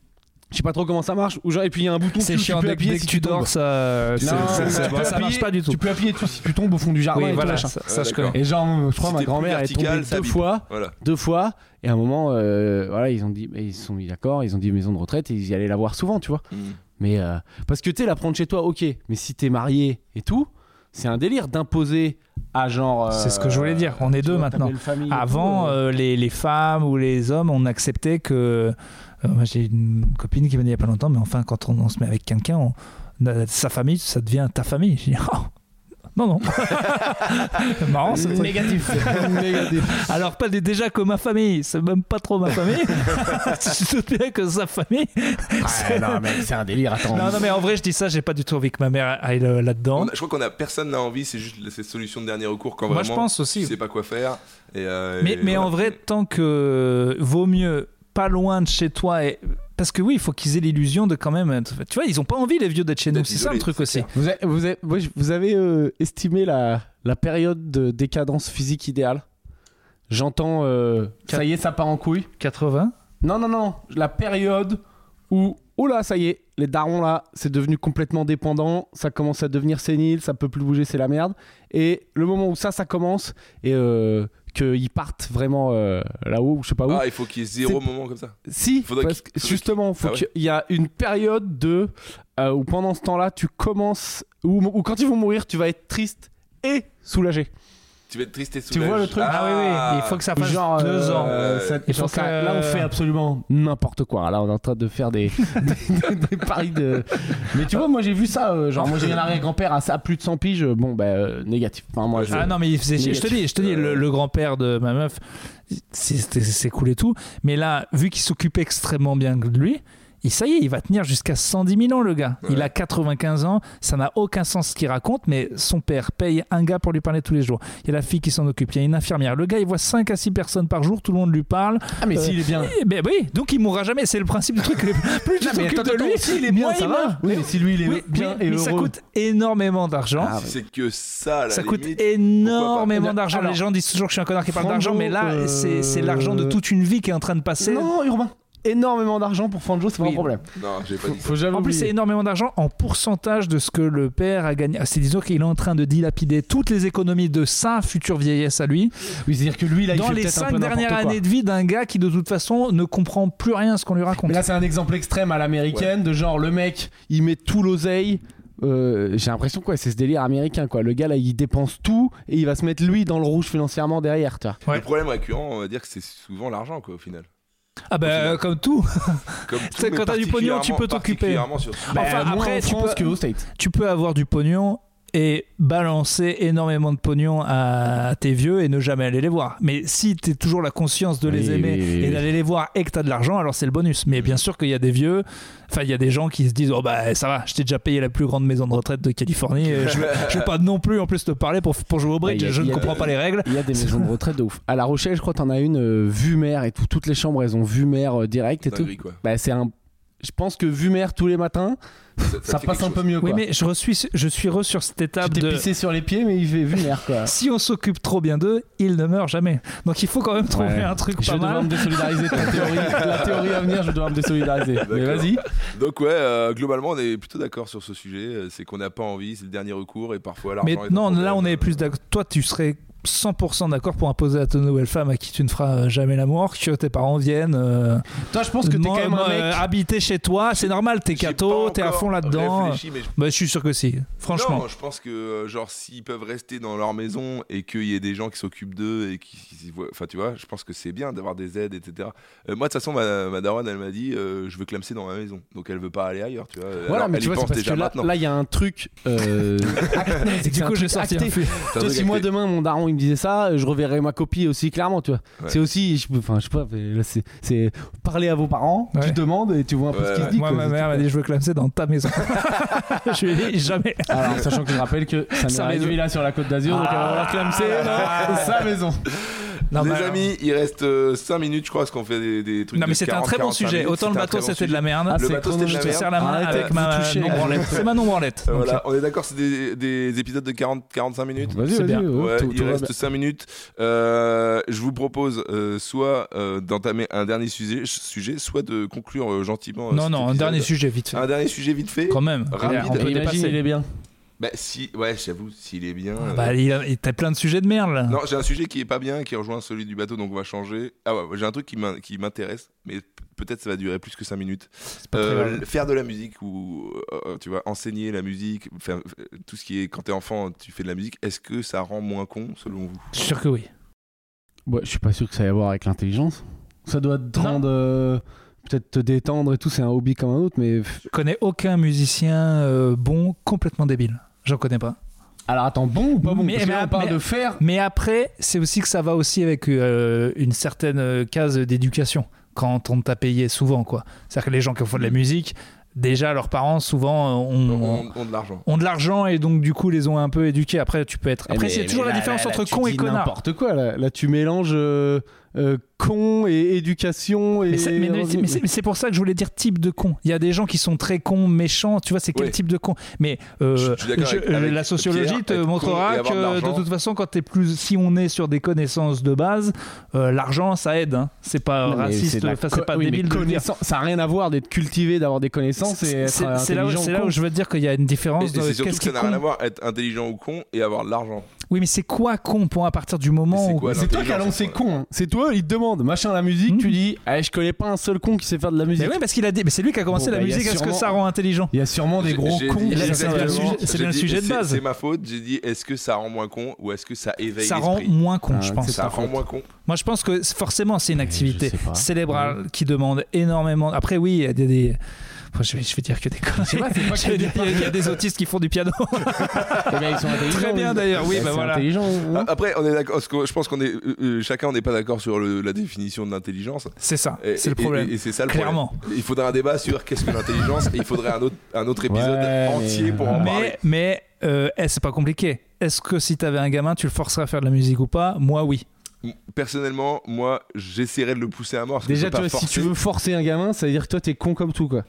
S2: Je sais pas trop comment ça marche. Ou genre, et puis il y a un bouton
S3: C'est
S2: que
S3: chiant.
S2: tu peux
S3: Dès
S2: appuyer
S3: dès
S2: si
S3: que tu
S2: tombes.
S3: dors, ça. euh, c'est-
S2: Non,
S3: ça-
S2: mais
S3: ça-
S2: tu peux
S3: Ça marche
S2: appuyer-
S3: pas du tout.
S2: Tu peux appuyer dessus si tu tombes au fond du jardin.
S3: Oui,
S2: et, tout,
S3: voilà.
S2: machin.
S3: Ça, ça, je
S1: d'accord.
S3: connais.
S2: Et genre, euh, je crois
S1: Si
S2: ma
S1: t'es plus
S2: grand-mère est
S1: vertical,
S2: tombée
S1: ça
S2: deux
S1: bip.
S2: fois,
S1: Voilà.
S2: deux fois. Et à un moment, euh, voilà, ils ont dit, mais ils se sont mis d'accord, ils ont dit maison de retraite et ils y allaient la voir souvent, tu vois.
S1: Mm.
S2: Mais euh, parce que tu sais, la prendre chez toi, ok. Mais si t'es marié et tout, c'est un délire d'imposer à genre. euh,
S3: C'est ce que je voulais dire, on est
S2: tu
S3: deux
S2: vois, ta
S3: maintenant.
S2: belle-famille et
S3: Avant,
S2: tout, euh,
S3: euh, les, les femmes ou les hommes, on acceptait que. euh, moi, J'ai une copine qui m'a dit il y a pas longtemps, mais enfin, quand on, on se met avec quelqu'un, on- on- sa famille, ça devient ta famille. J'ai dit, Oh, non, non. Marrant, ce truc.
S2: négatif. négatif.
S3: Alors, pas des- déjà que ma famille, c'est même pas trop ma famille. tu te doutes bien que sa famille.
S2: Ouais, non, mais c'est un délire. Attends.
S3: Non, non, mais en vrai, je dis ça, j'ai pas du tout envie que ma mère aille euh, là-dedans.
S1: On a- je crois qu'on a personne n'a envie. C'est juste cette solution de dernier recours quand
S3: Moi, je
S1: vraiment
S3: pense aussi.
S1: tu sais pas quoi faire. Et, euh,
S3: Mais,
S1: et
S3: mais
S1: voilà.
S3: en vrai, tant que vaut mieux pas loin de chez toi et. Parce que oui, il faut qu'ils aient l'illusion de quand même. être- Tu vois, ils ont pas envie, les vieux, d'être chez nous.
S1: D'être
S3: C'est ça le
S1: isolés,
S3: truc
S1: c'est
S3: aussi.
S1: clair.
S2: Vous avez, vous avez- moi, je- vous avez, euh, estimé la, la période de décadence physique idéale J'entends. euh, ça y est, ça part en couille.
S3: 80
S2: Non, non, non. La période où, oh là, ça y est, les darons là, c'est devenu complètement dépendant, ça commence à devenir sénile, ça peut plus bouger, c'est la merde. Et le moment où ça, ça commence et euh, qu'ils partent vraiment euh, là-haut, ou je sais pas où.
S1: Ah, il faut qu'il y ait zéro
S2: C'est-
S1: moment comme ça.
S2: si,
S1: faudrait
S2: parce que
S1: qu'il- faudrait
S2: justement, faut
S1: Ah ouais.
S2: qu'il y a une période de euh, où pendant ce temps-là, tu commences ou ou quand ils vont mourir, tu vas être triste et soulagé.
S1: Tu vas être triste et
S2: Tu
S1: soulagé.
S2: vois le truc
S3: Ah, oui, oui, il faut que ça fasse
S2: genre
S3: deux
S2: euh,
S3: ans.
S2: euh, ça-
S1: Il
S3: faut
S2: genre, ça-
S3: que-
S2: Là, on fait absolument n'importe quoi. Là, on est en train de faire des, des, des- des paris de. Mais tu vois, moi, j'ai vu ça. euh, genre, moi, j'ai un arrière-grand-père à, à plus de 100 piges. euh, Bon, bah, euh, négatif. Enfin, moi, je-
S3: Ah non, mais il faisait chier. Je te dis, je te dis, le, le grand-père de ma meuf, c'est- c'est c'est cool et tout. Mais là, vu qu'il s'occupe extrêmement bien de lui, il, ça y est, il va tenir jusqu'à 110 000 ans, le gars. Il
S1: Ouais.
S3: a 95 ans, ça n'a aucun sens ce qu'il raconte, mais son père paye un gars pour lui parler tous les jours. Il y a la fille qui s'en occupe, il y a une infirmière. Le gars, il voit 5 à 6 personnes par jour, tout le monde lui parle.
S2: Ah, mais
S3: Euh,
S2: s'il est bien.
S3: Eh ben oui, donc il mourra jamais, c'est le principe du truc. Plus tu
S2: Non, mais
S3: t'occupes
S2: attends,
S3: de lui,
S2: attends, s'il est bien,
S3: moins
S2: ça
S3: il
S2: va.
S3: meurt.
S2: Oui, mais si lui, il est
S3: Oui,
S2: bien
S3: mais,
S2: et
S3: mais ça
S2: heureux.
S3: coûte énormément d'argent.
S2: Ah, ouais.
S1: C'est que ça, à la
S3: Ça coûte
S1: limite.
S3: énormément
S2: pas
S3: d'argent.
S2: Alors,
S3: Les gens disent toujours que je suis un connard qui parle
S2: Franjo,
S3: d'argent, mais là,
S2: euh,
S3: c'est c'est l'argent de toute une vie qui est en train de passer.
S2: Non, Urbain. Énormément d'argent pour Fanjo, c'est pas
S3: Oui.
S2: un problème.
S1: Non, j'ai pas dit ça.
S2: Faut jamais
S3: En plus, c'est énormément d'argent en pourcentage de ce que le père a gagné. Ah, C'est disons qu'il est en train de dilapider toutes les économies de sa future vieillesse à lui.
S2: Oui, c'est-à-dire que lui, là, il
S3: dans
S2: fait
S3: les
S2: peut-être un
S3: cinq
S2: peu n'importe
S3: dernières
S2: quoi.
S3: années de vie d'un gars qui, de toute façon, ne comprend plus rien à ce qu'on lui raconte.
S2: Mais là, c'est un exemple extrême à l'américaine, de genre le mec, il met tout l'oseille. Euh, J'ai l'impression quoi, c'est ce délire américain quoi. Le gars là, il dépense tout et il va se mettre lui dans le rouge financièrement derrière, tu vois.
S3: Ouais.
S1: Le problème récurrent, on va dire que c'est souvent l'argent, quoi, au final.
S3: ah, bah,
S1: final.
S3: euh, comme tout.
S1: Comme
S3: C'est
S1: tout, mais
S3: quand t'as du pognon, tu peux
S1: particulièrement-
S3: t'occuper. Bah,
S1: particulièrement sur-
S3: Enfin,
S2: Bah, moins
S3: après,
S2: en
S3: tu
S2: France
S3: peux-
S2: que au States.
S3: tu peux avoir du pognon et balancer énormément de pognon à tes vieux et ne jamais aller les voir. Mais si tu toujours la conscience de les
S2: Oui,
S3: aimer
S2: oui, oui,
S3: et
S2: oui.
S3: d'aller les voir et que tu de l'argent, alors c'est le bonus. Mais bien sûr qu'il y a des vieux, enfin il y a des gens qui se disent Oh bah ça va, je t'ai déjà payé la plus grande maison de retraite de Californie, et je, vais- je vais pas non plus en plus te parler pour, pour jouer au bridge,
S2: Ah, il y a-
S3: je
S2: il
S3: ne
S2: y a
S3: comprends
S2: des-
S3: pas les règles.
S2: Il y a des maisons de retraite de ouf. À La Rochelle, je crois, t'en as une euh, vue mer et tout. Toutes les chambres, elles ont vue mer euh, direct et tout.
S1: Dinguerie, quoi.
S2: Bah, c'est un. Je pense que vue mer tous les matins, ça,
S1: fait
S2: passe
S1: quelque
S2: un peu
S1: chose.
S2: mieux quoi.
S3: Oui, mais je, reçuis, je suis re sur cette
S2: Tu
S3: étape
S2: t'es
S3: de.
S2: pissé sur les pieds, mais il fait vue mer quoi.
S3: Si on s'occupe trop bien d'eux, ils ne meurent jamais. Donc il faut quand même trouver
S2: Ouais.
S3: un truc
S2: Je
S3: pas
S2: vais devoir
S3: mal.
S2: me désolidariser de ta théorie. La théorie à venir, je vais devoir me désolidariser. Mais
S1: D'accord.
S2: vas-y.
S1: Donc, ouais, euh, globalement, on est plutôt d'accord sur ce sujet. euh, C'est qu'on n'a pas envie, c'est le dernier recours, et parfois l'argent.
S3: Mais
S1: est un
S3: non,
S1: problème.
S3: là on est plus d'accord. Toi, tu serais 100% d'accord pour imposer à ta nouvelle femme à qui tu ne feras euh, jamais l'amour que tes parents viennent. euh,
S2: Toi, je pense que t'es quand
S3: moi-
S2: même un
S3: moi,
S2: mec.
S3: euh, habiter chez toi, c'est normal, t'es
S1: J'ai
S3: catho,
S1: pas
S3: t'es à
S1: encore
S3: fond là-dedans.
S1: réfléchi, mais je-
S3: Bah, je suis sûr que si, franchement.
S1: Non, je pense que, euh, genre, s'ils peuvent rester dans leur maison et qu'il y ait des gens qui s'occupent d'eux et qui. qui s'y voient- Enfin, tu vois, je pense que c'est bien d'avoir des aides, etc. Euh, moi, de toute façon, ma, ma daronne, elle m'a dit euh, je veux clamser dans ma maison. Donc, elle veut pas aller ailleurs, tu vois.
S2: Voilà,
S1: Euh, Alors,
S2: mais
S1: elle
S2: tu
S1: y
S2: vois, c'est
S1: pense
S2: parce
S1: déjà
S2: que là,
S1: maintenant.
S2: là, il y a un truc. Euh, acté, c'est que
S3: du
S2: c'est un
S3: coup, j'ai
S2: truc
S3: sorti
S2: acté.
S3: un film.
S1: C'est un
S2: Tu vois,
S1: truc
S2: si moi
S1: acté.
S2: demain mon daron il me disait ça, euh, je reverrai ma copie aussi clairement, tu vois.
S1: Ouais.
S2: C'est aussi, je peux- enfin, je sais pas, mais là, c'est- c'est parler à vos parents,
S3: Ouais.
S2: tu demandes et tu vois un peu
S1: Ouais,
S2: ce qu'ils
S1: ouais.
S2: se disent.
S3: Moi,
S2: quoi,
S3: ma
S2: c'est
S3: mère m'a
S2: tout,
S3: dit Je veux clamser dans ta maison. je lui ai dit Jamais.
S2: quoi. Alors, sachant que je rappelle que
S3: Sa
S2: sa mère est
S3: maison. Ah.
S2: une villa sur la côte d'Azur, donc euh, elle va hein. vouloir clamser dans sa maison.
S1: Ah,
S3: Non,
S1: Les
S3: mais-
S1: amis, il reste 5 minutes, je crois, parce qu'on fait des, des trucs.
S3: hein. Non,
S1: de
S3: mais c'était un
S1: 40,
S3: très bon
S1: 45
S3: sujet.
S1: minutes.
S3: Autant le
S1: C'était un très
S3: bateau,
S1: bon
S3: c'était de
S1: sujet.
S3: la merde.
S2: Ah,
S1: Le
S2: c'est
S1: bateau, c'était de
S3: Je
S1: la
S3: te
S1: merde.
S3: serre la main
S2: Arrêtez
S3: avec
S2: de
S3: ma
S2: vous toucher.
S3: non-branlette. C'est ma non-branlette.
S1: Euh, Voilà, on est d'accord, c'est des, des épisodes de 40-45 minutes
S2: Vas-y,
S3: C'est
S2: vas-y,
S3: bien.
S2: oh,
S1: Ouais,
S2: tout-
S1: il
S2: tout va
S1: reste 5 minutes. Euh, je vous propose euh, soit euh, d'entamer un dernier sujet, sujet, soit de conclure euh, gentiment. euh,
S3: Non,
S1: cet
S3: non, un
S1: épisode.
S3: dernier sujet, vite fait.
S1: Un dernier sujet vite fait.
S3: Quand même.
S1: Rapide.
S3: Regarde,
S2: bien.
S3: on peut
S2: Et Imagine,
S3: dépasser.
S2: il est bien.
S1: Bah, si, ouais, j'avoue, s'il est bien. euh,
S3: Bah, il a- il- t'as plein de sujets de merde là.
S1: Non, j'ai un sujet qui est pas bien, qui rejoint celui du bateau, donc on va changer. Ah ouais, j'ai un truc qui m'in- qui m'intéresse, mais p- peut-être ça va durer plus que 5 minutes.
S3: pas très
S1: Euh,
S3: grave.
S1: faire de la musique ou euh, tu vois enseigner la musique, faire, euh, tout ce qui est quand t'es enfant, tu fais de la musique. Est-ce que ça rend moins con selon vous
S3: Je suis sûr que oui.
S2: Ouais, je suis pas sûr que ça ait à voir avec l'intelligence. Ça doit te rendre. euh, Peut-être te détendre et tout, c'est un hobby comme un autre, mais. pff.
S3: Je connais aucun musicien euh, bon complètement débile. J'en connais pas.
S2: Alors attends, bon ou pas bon
S3: Mais-
S2: Parce que là,
S3: mais-
S2: on parle
S3: mais-
S2: de faire.
S3: Mais après, c'est aussi que ça va aussi avec euh, une certaine euh, case d'éducation quand on t'a payé souvent quoi. C'est-à-dire que les gens qui font de la musique, déjà leurs parents souvent euh, ont, ont,
S1: on, on de l'argent.
S3: de l'argent et donc du coup les ont un peu éduqués. Après tu peux être. Après
S2: Eh,
S3: c'est
S2: mais-
S3: toujours
S2: mais
S3: la
S2: là,
S3: différence
S2: là, là,
S3: entre
S2: tu
S3: con et
S2: dis
S3: connard.
S2: N'importe quoi, là, Là, tu mélanges euh, euh, con et éducation et.
S3: Mais c'est, mais non, mais c'est- mais c'est pour ça que je voulais dire type de con. Il y a des gens qui sont très cons, méchants, tu vois, c'est quel
S1: Ouais.
S3: type de con Mais euh,
S1: Je- je suis d'accord
S3: je-
S1: avec-
S3: euh,
S1: avec
S3: la sociologie
S1: Pierre,
S3: te
S1: être con et
S3: montrera
S1: avoir
S3: que
S1: de
S3: de,
S1: l'argent.
S3: toute façon, quand t'es plus, si on est sur des connaissances de base, euh, l'argent ça aide. hein. C'est pas
S2: Non, mais
S3: raciste,
S2: de la
S3: enfin,
S2: co-
S3: c'est pas
S2: oui, mais
S3: débile de le dire.
S2: connaissance- Ça n'a rien à voir d'être cultivé, d'avoir des connaissances et
S3: C'est
S2: être euh,
S3: c'est- c'est là, où-
S2: intelligent
S3: c'est
S2: ou
S3: là
S2: con.
S3: où je veux te dire qu'il y a une
S1: Et, et
S3: différence. dans
S1: c'est surtout
S3: qu'est-ce
S1: que ça
S3: qui
S1: n'a
S3: est
S1: rien à
S3: con.
S1: voir être intelligent ou con et avoir de l'argent.
S3: Oui, mais c'est quoi con pour à partir du moment
S1: C'est
S3: où
S1: quoi
S2: C'est toi qui as
S1: l'intelligence,
S2: lancé
S1: quoi.
S2: con. hein. C'est toi, il te demande, machin la musique,
S3: Hmm.
S2: tu dis, ah, je connais pas un seul con qui sait faire de la musique.
S3: Mais ouais, parce qu'il a dit, mais c'est lui qui a commencé
S2: Bon,
S3: la
S2: bah, il y a
S3: musique. Est-ce que
S2: sûrement-
S3: ça rend intelligent
S2: Il y a sûrement des
S1: J'ai-
S2: gros
S1: j'ai
S2: cons
S1: dit
S2: qui
S3: Là,
S2: savent
S3: c'est
S2: faire de la
S3: le
S2: musique.
S3: sujet- c'est
S1: J'ai
S3: bien le
S1: dit,
S3: sujet de
S1: c'est-
S3: base.
S1: C'est ma faute. J'ai dit est-ce que ça rend moins con ou est-ce que ça éveille
S3: Ça rend
S1: l'esprit
S3: moins con,
S2: Ah,
S3: je
S2: c'est
S3: pense.
S1: Ça
S2: ta
S1: rend
S2: faute.
S1: moins con.
S3: Moi, je pense que c'est- forcément, c'est une activité
S2: sais pas.
S3: cérébrale qui demande énormément. Après, oui, il y a des. des- Enfin, je, vais, je vais dire que des conneries. Je vais dire, Il y, a- il y a des autistes qui font du piano.
S2: Eh ben, ils sont intelligents,
S3: Très bien,
S2: ils-
S3: d'ailleurs, oui,
S2: Ils
S3: bah,
S2: sont
S3: voilà.
S2: intelligents,
S1: Ah,
S2: non
S1: Après, on est d'accord. parce que Je pense qu'on est euh, euh, chacun, on n'est pas d'accord sur le- la définition de l'intelligence.
S3: C'est ça,
S1: Et-
S3: c'est le
S1: et-
S3: problème.
S1: Et, et c'est ça le
S3: Clairement.
S1: problème. Il faudrait un débat sur qu'est-ce que l'intelligence et il faudrait un autre, un autre épisode
S2: Ouais,
S1: entier
S2: mais-
S1: pour en parler.
S3: Mais, mais euh, eh, c'est pas compliqué. Est-ce que si t'avais un gamin, tu le forcerais à faire de la musique ou pas Moi, oui.
S1: M- Personnellement, moi, j'essaierais de le pousser à mort. parce que je peux
S2: Déjà,
S1: pas
S2: toi, si
S1: forcer.
S2: tu veux forcer un gamin, ça veut dire que toi, t'es con comme tout, quoi.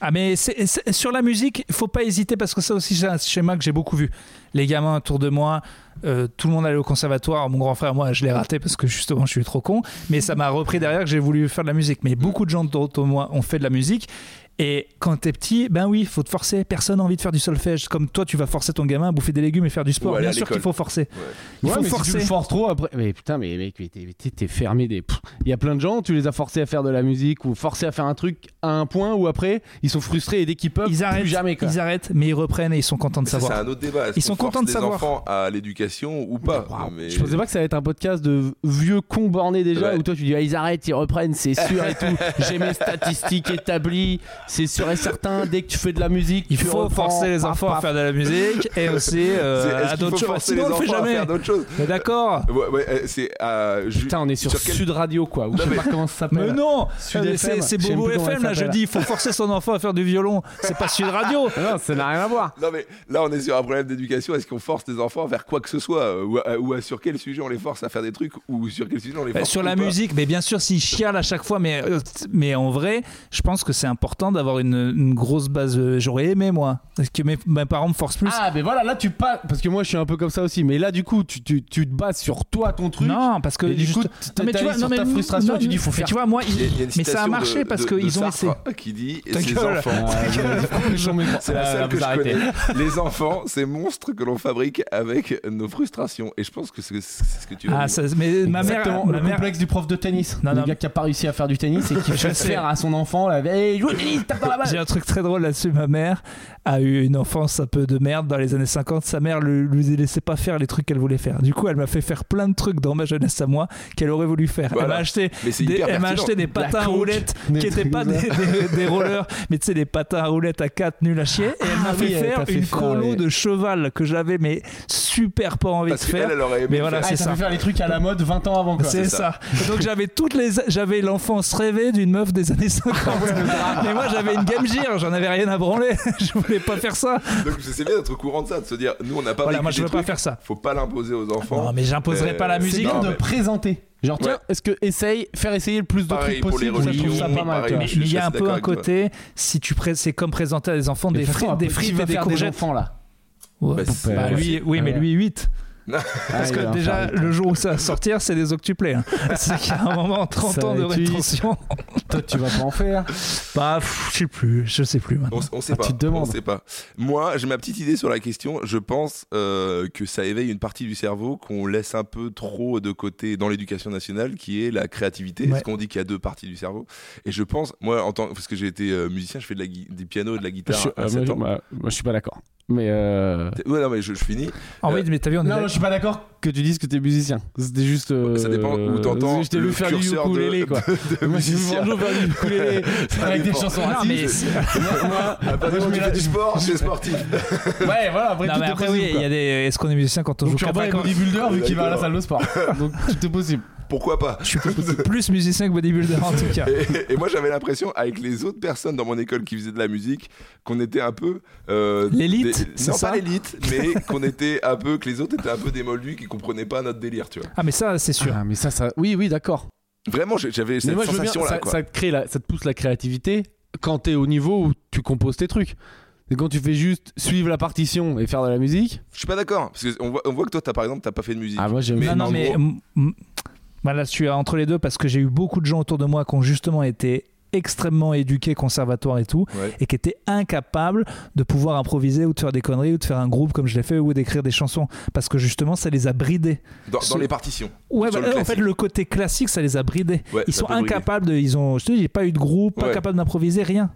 S3: Ah mais c'est- c'est- sur la musique, faut pas hésiter parce que ça aussi c'est un schéma que j'ai beaucoup vu. Les gamins autour de moi, euh, tout le monde allait au conservatoire. Mon grand frère, moi, je l'ai raté parce que justement je suis trop con. Mais ça m'a repris derrière que j'ai voulu faire de la musique. Mais beaucoup de gens autour de moi ont fait de la musique. Et quand t'es petit, ben oui, faut te forcer. Personne n'a envie de faire du solfège. Comme toi, tu vas forcer ton gamin à bouffer des légumes et faire du sport.
S1: Ou aller
S3: Bien
S1: à
S3: sûr qu'il
S1: l'école.
S3: faut forcer.
S1: Ouais.
S3: Il
S2: Ouais,
S3: faut
S2: mais si tu
S3: forcer.
S2: le forces trop après. Mais putain, mais mec, mais t'es, mais t'es- t'es fermé des. Pff. Il y a plein de gens, tu les as forcés à faire de la musique ou forcés à faire un truc à un point ou après, ils sont frustrés et dès qu'ils peuvent,
S3: ils arrêtent,
S2: plus jamais, quoi.
S3: ils arrêtent, mais ils reprennent et ils sont contents de
S1: Mais ça, C'est
S3: savoir.
S1: un autre débat. Est-ce
S3: Ils
S1: qu'on
S3: sont
S1: force
S3: contents de
S1: les
S3: savoir. Bah,
S1: enfants à l'éducation ou pas
S2: Waouh.
S1: Mais-
S2: Je pensais pas que ça allait être un podcast de vieux cons bornés déjà
S1: Ouais.
S2: où toi tu dis ah, ils arrêtent, ils reprennent, c'est sûr et tout. J'ai mes statistiques établies, c'est sûr et certain. Dès que tu fais de la musique,
S3: Il
S2: tu
S3: faut
S2: reprends,
S3: forcer les
S2: paf,
S3: enfants à
S2: paf.
S3: faire de la musique et aussi
S1: C'est-
S3: euh,
S1: Est-ce
S3: à
S1: qu'il
S3: d'autres
S1: faut
S3: choses.
S1: forcer les
S3: Sinon, on le
S1: enfais
S3: fait
S1: à
S3: jamais.
S1: faire d'autres choses
S3: Mais d'accord.
S1: Ouais, ouais, euh, c'est euh, ju-
S2: Putain, on est sur,
S1: sur quel-
S2: Sud Radio quoi. Ou je sais
S1: mais-
S2: pas comment ça s'appelle.
S3: Mais non,
S2: Sud
S3: euh,
S2: FM,
S3: c'est c'est
S2: je sais même
S3: Bobo
S2: plus comment
S3: FM
S2: elle
S3: là, je
S2: s'appelle.
S3: dis, il faut forcer son enfant à faire du violon. C'est pas Sud Radio.
S2: Non, ça n'a rien à voir.
S1: Non mais là on est sur un problème d'éducation. Est-ce qu'on force les enfants à faire quoi que ce soit euh, ou, à- ou à- sur quel sujet on les force à faire des trucs ou sur quel sujet on les
S3: Euh,
S1: force
S3: Sur
S1: ou
S3: la
S1: pas
S3: musique, mais bien sûr, s'il chiale à chaque fois, mais, euh, t- mais en vrai, je pense que c'est important d'avoir une, une grosse base. euh, J'aurais aimé, moi, parce que mes, mes parents me forcent plus.
S2: Ah, mais voilà, là tu passes. Parce que moi je suis un peu comme ça aussi. Mais là du coup, tu, tu, tu te bases sur toi, ton truc.
S3: non, parce que
S2: et du
S3: juste-
S2: coup,
S3: Non,
S2: t'es allé sur ta frustration
S3: non,
S2: et tu dis
S3: mais
S2: faut faire.
S3: Tu vois, moi, il-
S1: Il y a- il y a une
S3: mais ça a
S1: citation
S3: marché
S1: de-
S3: parce
S1: de- de
S3: qu'ils ont essayé.
S1: Sartre qui dit
S3: Ta
S1: les
S3: gueule.
S1: enfants.
S2: Ah, je- je- je-
S1: C'est la
S2: Ah,
S1: seule
S2: vous
S1: que je
S2: arrêtez.
S1: connais. Les enfants, ces monstres que l'on fabrique avec nos frustrations. Et je pense que c'est c'est ce que tu veux
S3: Ah,
S1: dire.
S3: ça- mais ma mère,
S2: Exactement,
S3: ma
S2: le
S3: mère,
S2: complexe du prof de tennis.
S3: Non,
S2: le
S3: non.
S2: gars qui a pas réussi à faire du tennis et qui
S3: Je
S2: veut
S3: sais.
S2: faire à son enfant la hey, joue au tennis, tape dans la
S3: J'ai
S2: balle. Ah,
S3: un truc très drôle là-dessus. Ma mère a eu une enfance un peu de merde dans les années 50. Sa mère lui, lui laissait pas faire les trucs qu'elle voulait faire. Du coup, elle m'a fait faire plein de trucs dans ma jeunesse à moi qu'elle aurait voulu faire. Elle
S1: Voilà.
S3: m'a acheté,
S1: Mais c'est
S3: des,
S1: hyper
S3: elle m'a
S1: pertinent.
S3: acheté des
S2: La
S3: patins à
S2: coke,
S3: roulettes
S2: des
S3: qui n'étaient
S2: trucs
S3: pas
S2: comme
S3: des,
S2: ça.
S3: des- des rollers, mais tu sais, des patins à roulettes à 4 nuls à chier. Et elle m'a
S2: Ah
S3: fait
S2: oui, elle
S3: faire
S2: t'a fait
S3: une
S2: faire
S3: colo
S2: les-
S3: de cheval que j'avais, mais super pas envie
S1: Parce
S3: de faire.
S1: qu'elle, elle aurait aimé
S3: Mais
S1: le
S3: voilà,
S1: faire.
S2: Ah,
S3: c'est
S2: il
S3: ça.
S2: savait faire les trucs à la mode 20 ans avant quoi.
S3: C'est
S1: C'est
S3: ça. Et Donc j'avais toutes les j'avais l'enfance rêvée d'une meuf des années 50. Mais moi j'avais une Game Gear, j'en avais rien à branler. Je voulais pas faire ça.
S1: Donc c'est bien d'être au courant de ça, de se dire nous on n'a pas
S3: Voilà,
S1: vécu
S3: moi je
S1: des
S3: veux pas
S1: trucs,
S3: faire Ah, bah, ça.
S1: Faut pas l'imposer aux enfants.
S3: Non, mais j'imposerai
S1: Euh,
S3: pas la
S1: c'est
S2: C'est
S3: musique.
S2: bien
S1: Non,
S2: de
S1: mais-
S2: présenter. Genre tiens,
S1: Ouais.
S2: est-ce que essaye, faire essayer le plus de
S1: Pareil
S2: trucs
S1: pour les
S2: possible, ça, je trouve
S1: religions,
S2: ça pas mal.
S1: pareil,
S2: tu vois.
S3: Mais
S1: je suis
S3: il y a
S1: assez
S3: un peu
S1: d'accord
S3: un
S1: avec toi.
S3: côté, si tu pré- c'est comme présenter à des enfants
S2: Mais
S3: des,
S2: de toute
S3: frites,
S2: façon,
S3: des
S2: un petit
S3: frites
S2: va
S3: et des
S2: faire des
S3: courgettes.
S2: enfants là.
S3: Ouais.
S1: Bah, c'est-
S3: Bah, lui, oui, mais
S2: Ouais.
S3: lui 8.
S2: Parce
S3: Parce que déjà, le jour où ça va sortir, c'est des octuplés. hein. C'est qu'il y a un moment, 30
S2: Ça
S3: ans
S2: va
S3: de
S2: être huit.
S3: rétention.
S2: toi tu vas pas en faire.
S3: Bah, pff, je sais plus, je sais plus maintenant.
S1: On, on sait
S2: Ah,
S1: pas.
S2: tu te demandes.
S1: On sait pas. Moi, j'ai ma petite idée sur la question. Je pense euh, que ça éveille une partie du cerveau qu'on laisse un peu trop de côté dans l'éducation nationale, qui est la créativité.
S3: Ouais.
S1: Parce qu'on dit qu'il y a deux parties du cerveau. Et je pense, moi, en tant parce que j'ai été euh, musicien, je fais de la gui- du piano et de la guitare à 7 ans.
S2: euh, je suis pas d'accord. Mais euh...
S1: Ouais, non, mais je, je finis.
S3: Ah
S1: Euh,
S3: oui, mais t'as vu, on est
S2: Non, non, je suis pas d'accord que tu dises que t'es musicien. C'était juste. euh,
S1: Bah, Ça dépend où t'entends
S2: Je t'ai vu
S1: le
S2: faire du
S1: curseur de-
S2: ukulélé, quoi. Moi, j'ai vu
S1: musicien.
S2: Banjo faire du ukulélé
S1: Ça
S2: avec des
S1: dépend.
S2: chansons
S1: Non,
S3: mais
S2: racistes. Moi, moi,
S1: À partir
S2: moi, je
S1: du moment où
S2: mets
S1: tu
S2: la-
S1: fais du sport, c'est sportif.
S2: Ouais, voilà, après,
S3: Non,
S2: tout
S3: mais
S2: est
S3: après,
S2: possible,
S3: oui,
S2: quoi.
S3: il y a des. Est-ce qu'on est musicien quand on
S2: Donc,
S3: joue
S2: Urbain
S3: qu'à
S2: est
S3: vacances
S2: bodybuilder vu qu'il va à la
S1: Exactement.
S2: salle de sport. Donc, tout est possible.
S1: pourquoi pas
S3: Je suis plus- plus musicien que bodybuilder en tout cas.
S1: et, et moi j'avais l'impression avec les autres personnes dans mon école qui faisaient de la musique qu'on était un peu euh,
S3: L'élite,
S1: des-
S3: c'est
S1: non
S3: ça
S1: pas l'élite mais qu'on était un peu que les autres étaient un peu des moldus qui comprenaient pas notre délire tu vois
S3: Ah mais ça c'est sûr.
S2: Ah, mais ça, ça. Oui, oui, d'accord.
S1: vraiment j'ai- j'avais
S2: Mais
S1: cette
S2: moi, je veux bien,
S1: sensation là
S2: ça,
S1: quoi
S2: ça te crée la- ça te pousse la créativité quand t'es au niveau où tu composes tes trucs. Et quand tu fais juste suivre la partition et faire de la musique.
S1: je suis pas d'accord parce qu'on voit, on voit que toi t'as par exemple t'as pas fait de musique
S2: Ah, moi, j'aime
S1: Mais-
S3: non, non,
S1: en
S3: mais
S1: gros-
S3: mm, mm, bah là, je suis entre les deux parce que j'ai eu beaucoup de gens autour de moi qui ont justement été extrêmement éduqués, conservatoire et tout,
S1: Ouais.
S3: et qui étaient incapables de pouvoir improviser ou de faire des conneries ou de faire un groupe comme je l'ai fait ou d'écrire des chansons parce que justement ça les a bridés.
S1: dans, dans
S3: ce-
S1: les partitions
S3: Ouais,
S1: Sur
S3: bah,
S1: le
S3: en fait
S1: classique.
S3: le côté classique ça les a bridés.
S1: Ouais,
S3: ils
S1: ça
S3: sont
S1: peut briller.
S3: incapables de, ils ont, je te dis, j'ai pas eu de groupe, pas
S1: Ouais.
S3: capable d'improviser, rien.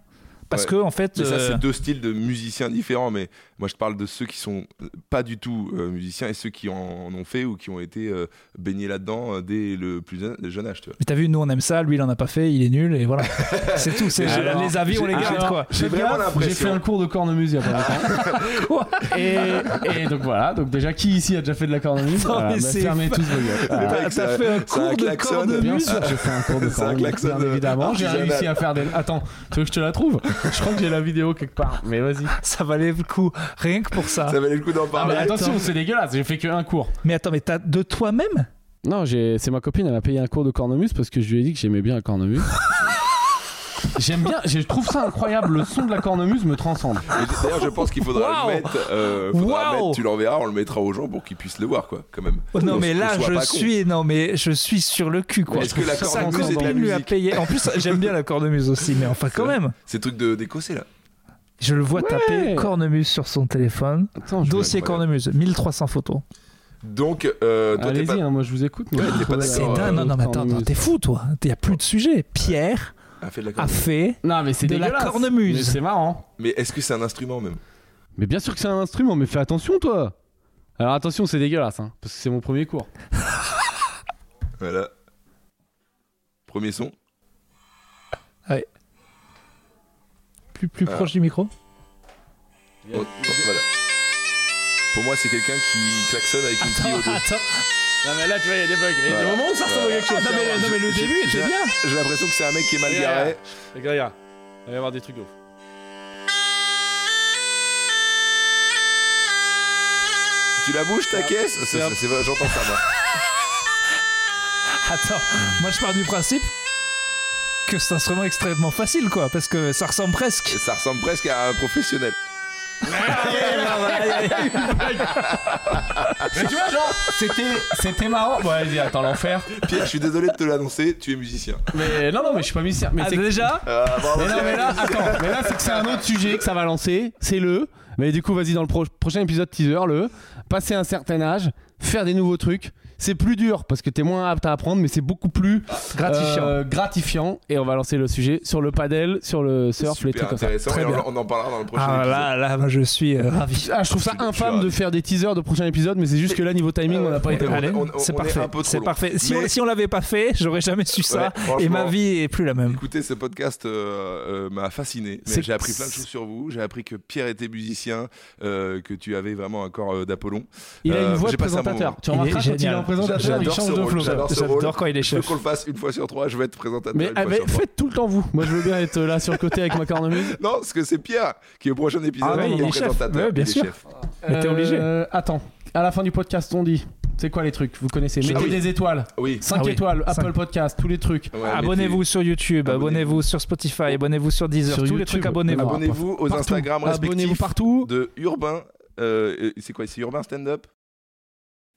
S3: Parce
S1: Ouais.
S3: que en fait,
S1: Mais ça,
S3: euh,
S1: c'est deux styles de musiciens différents, mais moi je parle de ceux qui sont euh, pas du tout euh, musiciens et ceux qui en, en ont fait ou qui ont été euh, baignés là-dedans euh, dès le plus jeune- jeune âge. Tu vois.
S3: mais t'as vu, nous on aime ça, lui il en a pas fait, il est nul et voilà. c'est tout. C'est
S2: Alors,
S3: les avis on les
S1: j'ai-
S3: garde
S2: alors,
S3: quoi.
S1: J'ai vraiment
S2: J'ai fait un
S1: l'impression.
S2: cours de cornemuse il y a pas longtemps. et, et donc voilà, donc déjà, qui ici a déjà fait de la cornemuse
S3: Non,
S2: Voilà,
S3: mais
S2: bah,
S3: c'est
S2: Fermez
S3: fa-
S2: tous vos gueules. Voilà.
S1: Le mec,
S3: T'as-
S1: ça-
S3: t'as fait un
S1: ça
S3: cours de
S1: klaxonne.
S3: cornemuse.
S2: Bien sûr, j'ai fait un cours de
S1: C'est un
S2: cornemuse,
S1: klaxon
S2: bien
S1: de-
S2: évidemment. J'ai
S1: artisanal.
S2: réussi à faire des. Attends, tu veux que je te la trouve Je crois que j'ai la vidéo quelque part. Mais vas-y.
S3: Ça valait le coup, rien que pour ça.
S1: Ça valait le coup d'en
S2: Ah, mais
S1: parler.
S3: attends.
S2: attention, c'est dégueulasse. J'ai fait que un cours.
S3: Mais attends, mais t'as de toi-même
S2: Non, j'ai- c'est ma copine, elle a payé un cours de cornemuse parce que je lui ai dit que j'aimais bien la cornemuse. J'aime bien, je trouve ça incroyable, le son de la cornemuse me transcende.
S1: Mais D'ailleurs, je pense qu'il faudra
S3: Waouh.
S1: le mettre. euh, faudra
S3: Waouh.
S1: mettre- Tu l'enverras, on le mettra aux gens pour qu'ils puissent le voir, quoi, quand même.
S3: Oh, Non,
S1: Qu'on-
S3: mais
S1: qu'on
S3: là,
S1: soit
S3: je
S1: pas con.
S3: suis, non, mais je suis sur le cul, quoi.
S1: Est-ce que la
S3: Sa
S1: cornemuse
S2: est de la
S3: copine lui a
S1: musique
S3: payé. En plus, j'aime bien la cornemuse aussi, mais enfin, quand même.
S1: Ces trucs de- d'écossais, là.
S3: Je le vois
S2: Ouais.
S3: taper cornemuse sur son téléphone.
S2: Attends, Oh, je vais-
S3: Dossier
S1: ouais.
S3: cornemuse, 1300 photos.
S1: Donc, euh, toi, t'es
S2: Allez-y,
S1: pas.
S2: hein, moi je vous écoute. mais
S1: Ouais,
S2: je
S1: t'es pas
S2: trouve la-
S1: d'accord, euh,
S3: C'est
S1: Alors,
S3: dingue. Non, non, mais attends, attends,
S2: cornemuse.
S3: t'es fou, toi. Il y a plus de sujet. Pierre
S1: Ah, fais de la
S3: a
S1: cornemuse.
S3: fait.
S2: Non, mais c'est
S3: de la
S2: dégueulasse.
S3: cornemuse.
S2: Mais C'est marrant.
S1: Mais est-ce que c'est un instrument, même
S2: Mais bien sûr que c'est un instrument, mais fais attention, toi. Alors attention, c'est dégueulasse, hein, parce que c'est mon premier cours.
S1: Voilà. Premier son.
S3: Plus, plus
S1: Alors.
S3: proche du micro.
S1: Oh, voilà. Pour moi, c'est quelqu'un qui klaxonne avec une
S3: Attends,
S1: pile au dos.
S3: attends.
S2: Non, mais là, tu vois, il y a des bugs. Il
S1: y a des Voilà. moments où ça ressemble à quelque
S3: chose. Ah, Non, mais- non, mais le
S1: J'ai-
S3: début était
S1: j'ai-
S3: bien.
S1: J'ai l'impression que c'est un mec qui est mal garé.
S2: Regarde, regarde. Il va y avoir des trucs de ouf.
S1: Tu la bouges ta caisse Ça,
S2: c'est un-
S1: ça, c'est vrai, J'entends ça, moi.
S3: Attends, moi je pars du principe que c'est un instrument extrêmement facile, quoi, parce que ça ressemble presque.
S1: Ça ressemble presque à un professionnel.
S2: Mais tu vois, genre, c'était, c'était marrant. Bon, vas-y, attends, l'enfer.
S1: Pierre, je suis désolé de te l'annoncer, tu es musicien.
S2: Mais non, non, mais je suis pas musicien. Mais
S3: Ah,
S2: c'est
S3: déjà
S1: Ah, bravo,
S2: Mais non,
S1: Pierre.
S2: mais là, attends, mais là, c'est que c'est un autre sujet que ça va lancer, c'est le. Mais du coup, vas-y, dans le pro- prochain épisode teaser, le. Passer un certain âge, faire des nouveaux trucs, c'est plus dur parce que t'es moins apte à apprendre, mais c'est beaucoup plus
S3: Gratifiant.
S2: euh, gratifiant. Et on va lancer le sujet sur le paddle, sur le surf, les
S1: Super
S2: trucs comme ça.
S1: intéressant,
S3: Très
S1: et on-
S3: bien.
S1: on, en parlera dans le prochain
S3: ah
S1: épisode.
S3: là, là, moi, je suis euh, ravi.
S2: Ah, je trouve ça
S1: Je suis- je
S2: infâme
S1: suis
S2: de faire des teasers de prochains épisodes, mais c'est juste que là, niveau timing, on n'a pas été.
S1: on-
S3: Allez,
S1: on- on
S3: c'est
S1: est
S3: parfait.
S1: un peu trop
S3: C'est
S1: long.
S3: parfait. Si,
S1: Mais-
S3: on, si on l'avait pas fait, j'aurais jamais su ça.
S1: franchement,
S3: et ma vie est plus la même.
S1: Écoutez, ce podcast euh, euh, m'a fasciné. Mais
S3: C'est-
S1: J'ai appris plein de choses sur vous. J'ai appris que Pierre était musicien, euh, que tu avais vraiment un corps euh, d'Apollon.
S2: Il a une
S1: Euh,
S2: voix de
S1: j'ai passé un
S2: présentateur.
S1: moment.
S2: Tu remarqueras
S3: Il est
S2: quand il est
S3: génial.
S2: en présentateur, il
S1: J'adore
S2: change
S1: ce
S2: de
S1: rôle,
S2: flow.
S1: j'adore ce rôle.
S3: J'adore quand il est
S1: Je veux
S3: chef.
S1: qu'on le fasse une fois sur trois. Je vais être présentateur.
S2: Mais
S1: une fois
S2: avec-
S1: sur trois.
S2: faites tout le temps vous. Moi, je veux bien être euh, là sur le côté avec ma cornemuse.
S1: Non, parce que c'est Pierre qui, au prochain épisode,
S3: Ah ouais,
S1: est
S3: il est chef.
S1: présentateur.
S3: Ouais, bien
S1: il est
S3: sûr.
S1: chef.
S3: Mais t'es obligé.
S2: Euh, Attends, à la fin du podcast, on dit. C'est quoi les trucs Vous connaissez
S1: Ah
S2: Mettez
S1: oui.
S2: des étoiles.
S1: Oui.
S2: 5
S3: Ah oui.
S2: étoiles,
S3: Cinq.
S2: Apple Podcast, tous les trucs.
S1: Ouais,
S3: Abonnez-vous sur YouTube, abonnez-vous sur Spotify, abonnez-vous sur Deezer,
S2: Sur
S3: tous les
S2: YouTube.
S3: trucs,
S1: mettez-
S3: abonnez-vous.
S2: Abonnez-
S1: Abonnez-vous aux
S2: Partout.
S1: Instagram
S2: Abonnez-vous
S1: respectifs
S2: partout.
S1: de Urbain. euh, euh, c'est quoi C'est Urbain Stand Up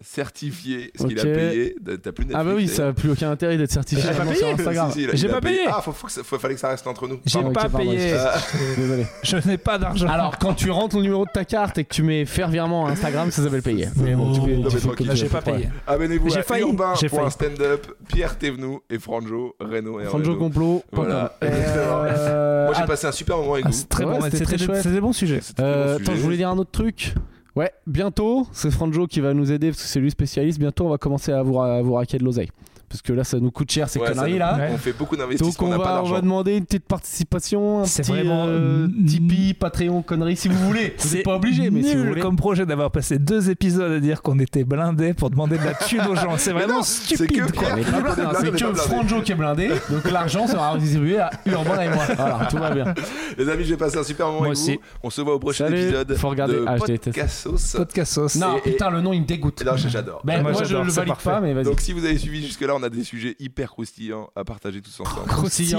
S1: Certifié ce qu'il
S2: Ok.
S1: a payé. T'as plus Netflix,
S2: Ah bah oui, ça n'a plus aucun intérêt d'être certifié
S3: J'ai pas
S2: maintenant
S3: payé.
S2: sur Instagram.
S1: Si, si, il a-
S3: J'ai
S1: il a
S3: pas payé.
S1: Ah, faut, faut que ça- faut- fallait que ça reste entre nous.
S3: J'ai
S1: Pardon.
S2: Pardon. Ah,
S3: pas
S2: Ok, pardon,
S3: payé,
S1: Euh,
S2: Désolé.
S3: je n'ai pas d'argent.
S2: Alors, quand tu rentres le numéro de ta carte et que tu mets faire virement à Instagram, ça s'appelle payer. Mais bon, tu peux-
S1: Non,
S2: tu
S1: mais
S2: peux
S1: tranquille.
S2: continuer,
S3: j'ai pas
S2: de problème.
S3: payé.
S1: Abonnez-vous
S3: J'ai
S1: à
S3: failli,
S1: Urbain
S3: j'ai
S1: pour
S3: failli.
S1: un stand-up. Pierre Thévenou et Franjo Reno et
S2: Franjo
S1: Reno.
S2: Complot.
S1: Voilà,
S2: point com.
S1: exactement.
S2: Euh,
S1: Moi j'ai passé un super moment avec
S3: Ah,
S1: vous.
S3: c'est très
S2: Ouais,
S3: bon,
S2: c'était
S3: c'était
S2: très chouette.
S3: c'était des bons sujets.
S1: C'était
S2: Euh,
S1: mon
S2: attends,
S1: sujet.
S2: je voulais dire un autre truc. Ouais, bientôt, c'est Franjo qui va nous aider parce que c'est lui spécialiste. Bientôt, on va commencer à vous, ra- à vous raquer de l'oseille. parce que là, ça nous coûte cher ces
S1: Ouais, ça
S2: conneries
S1: nous-
S2: là.
S1: On fait beaucoup
S2: Donc
S1: d'investissements,
S2: on
S1: on n'a pas
S2: va, on va
S1: d'argent.
S2: demander une petite participation, un
S3: C'est
S2: petit
S3: vraiment-
S2: euh, Tipeee, Patreon, conneries si vous voulez. Vous
S3: C'est
S2: n'êtes pas obligé, mais
S3: nul
S2: si vous voulez.
S3: comme projet d'avoir passé deux épisodes à dire qu'on était blindés pour demander de la thune aux gens. C'est vraiment
S1: non, c'est
S3: stupide.
S1: que
S3: quoi.
S1: Pierre.
S2: Mais pas blindé,
S1: Non,
S2: c'est
S1: mais
S2: que
S1: pas blindé.
S2: Franjo qui est blindé, donc l'argent sera redistribué à Urban et moi. Voilà, tout va bien.
S1: Les amis, j'ai passé un super moment
S3: Moi
S1: avec
S3: aussi.
S1: vous. On se voit au prochain
S2: Salut.
S1: épisode
S2: Faut regarder.
S1: de
S2: Ah, je déteste.
S1: Podcastos.
S3: Podcast sauce.
S2: Non,
S1: et-
S2: putain, le nom il me dégoûte.
S1: Non, j'adore.
S2: Ben,
S3: Moi,
S2: moi, je
S3: j'adore,
S2: le
S3: c'est
S2: valide
S3: parfait.
S2: pas, mais vas-y.
S1: Donc si vous avez suivi jusque-là, on a des sujets hyper croustillants à partager tous ensemble.
S3: Croustillant.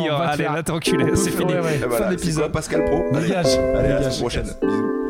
S2: croustillant, va te
S3: Allez,
S2: faire-
S3: va t'enculer, c'est fini.
S2: Ouais, ouais.
S1: Et voilà, c'est
S2: Fin d'épisode.
S1: quoi, Pascal Pro. Allez,
S2: Dégage.
S1: allez, à la
S2: Dégage.
S1: semaine prochaine. Bisous.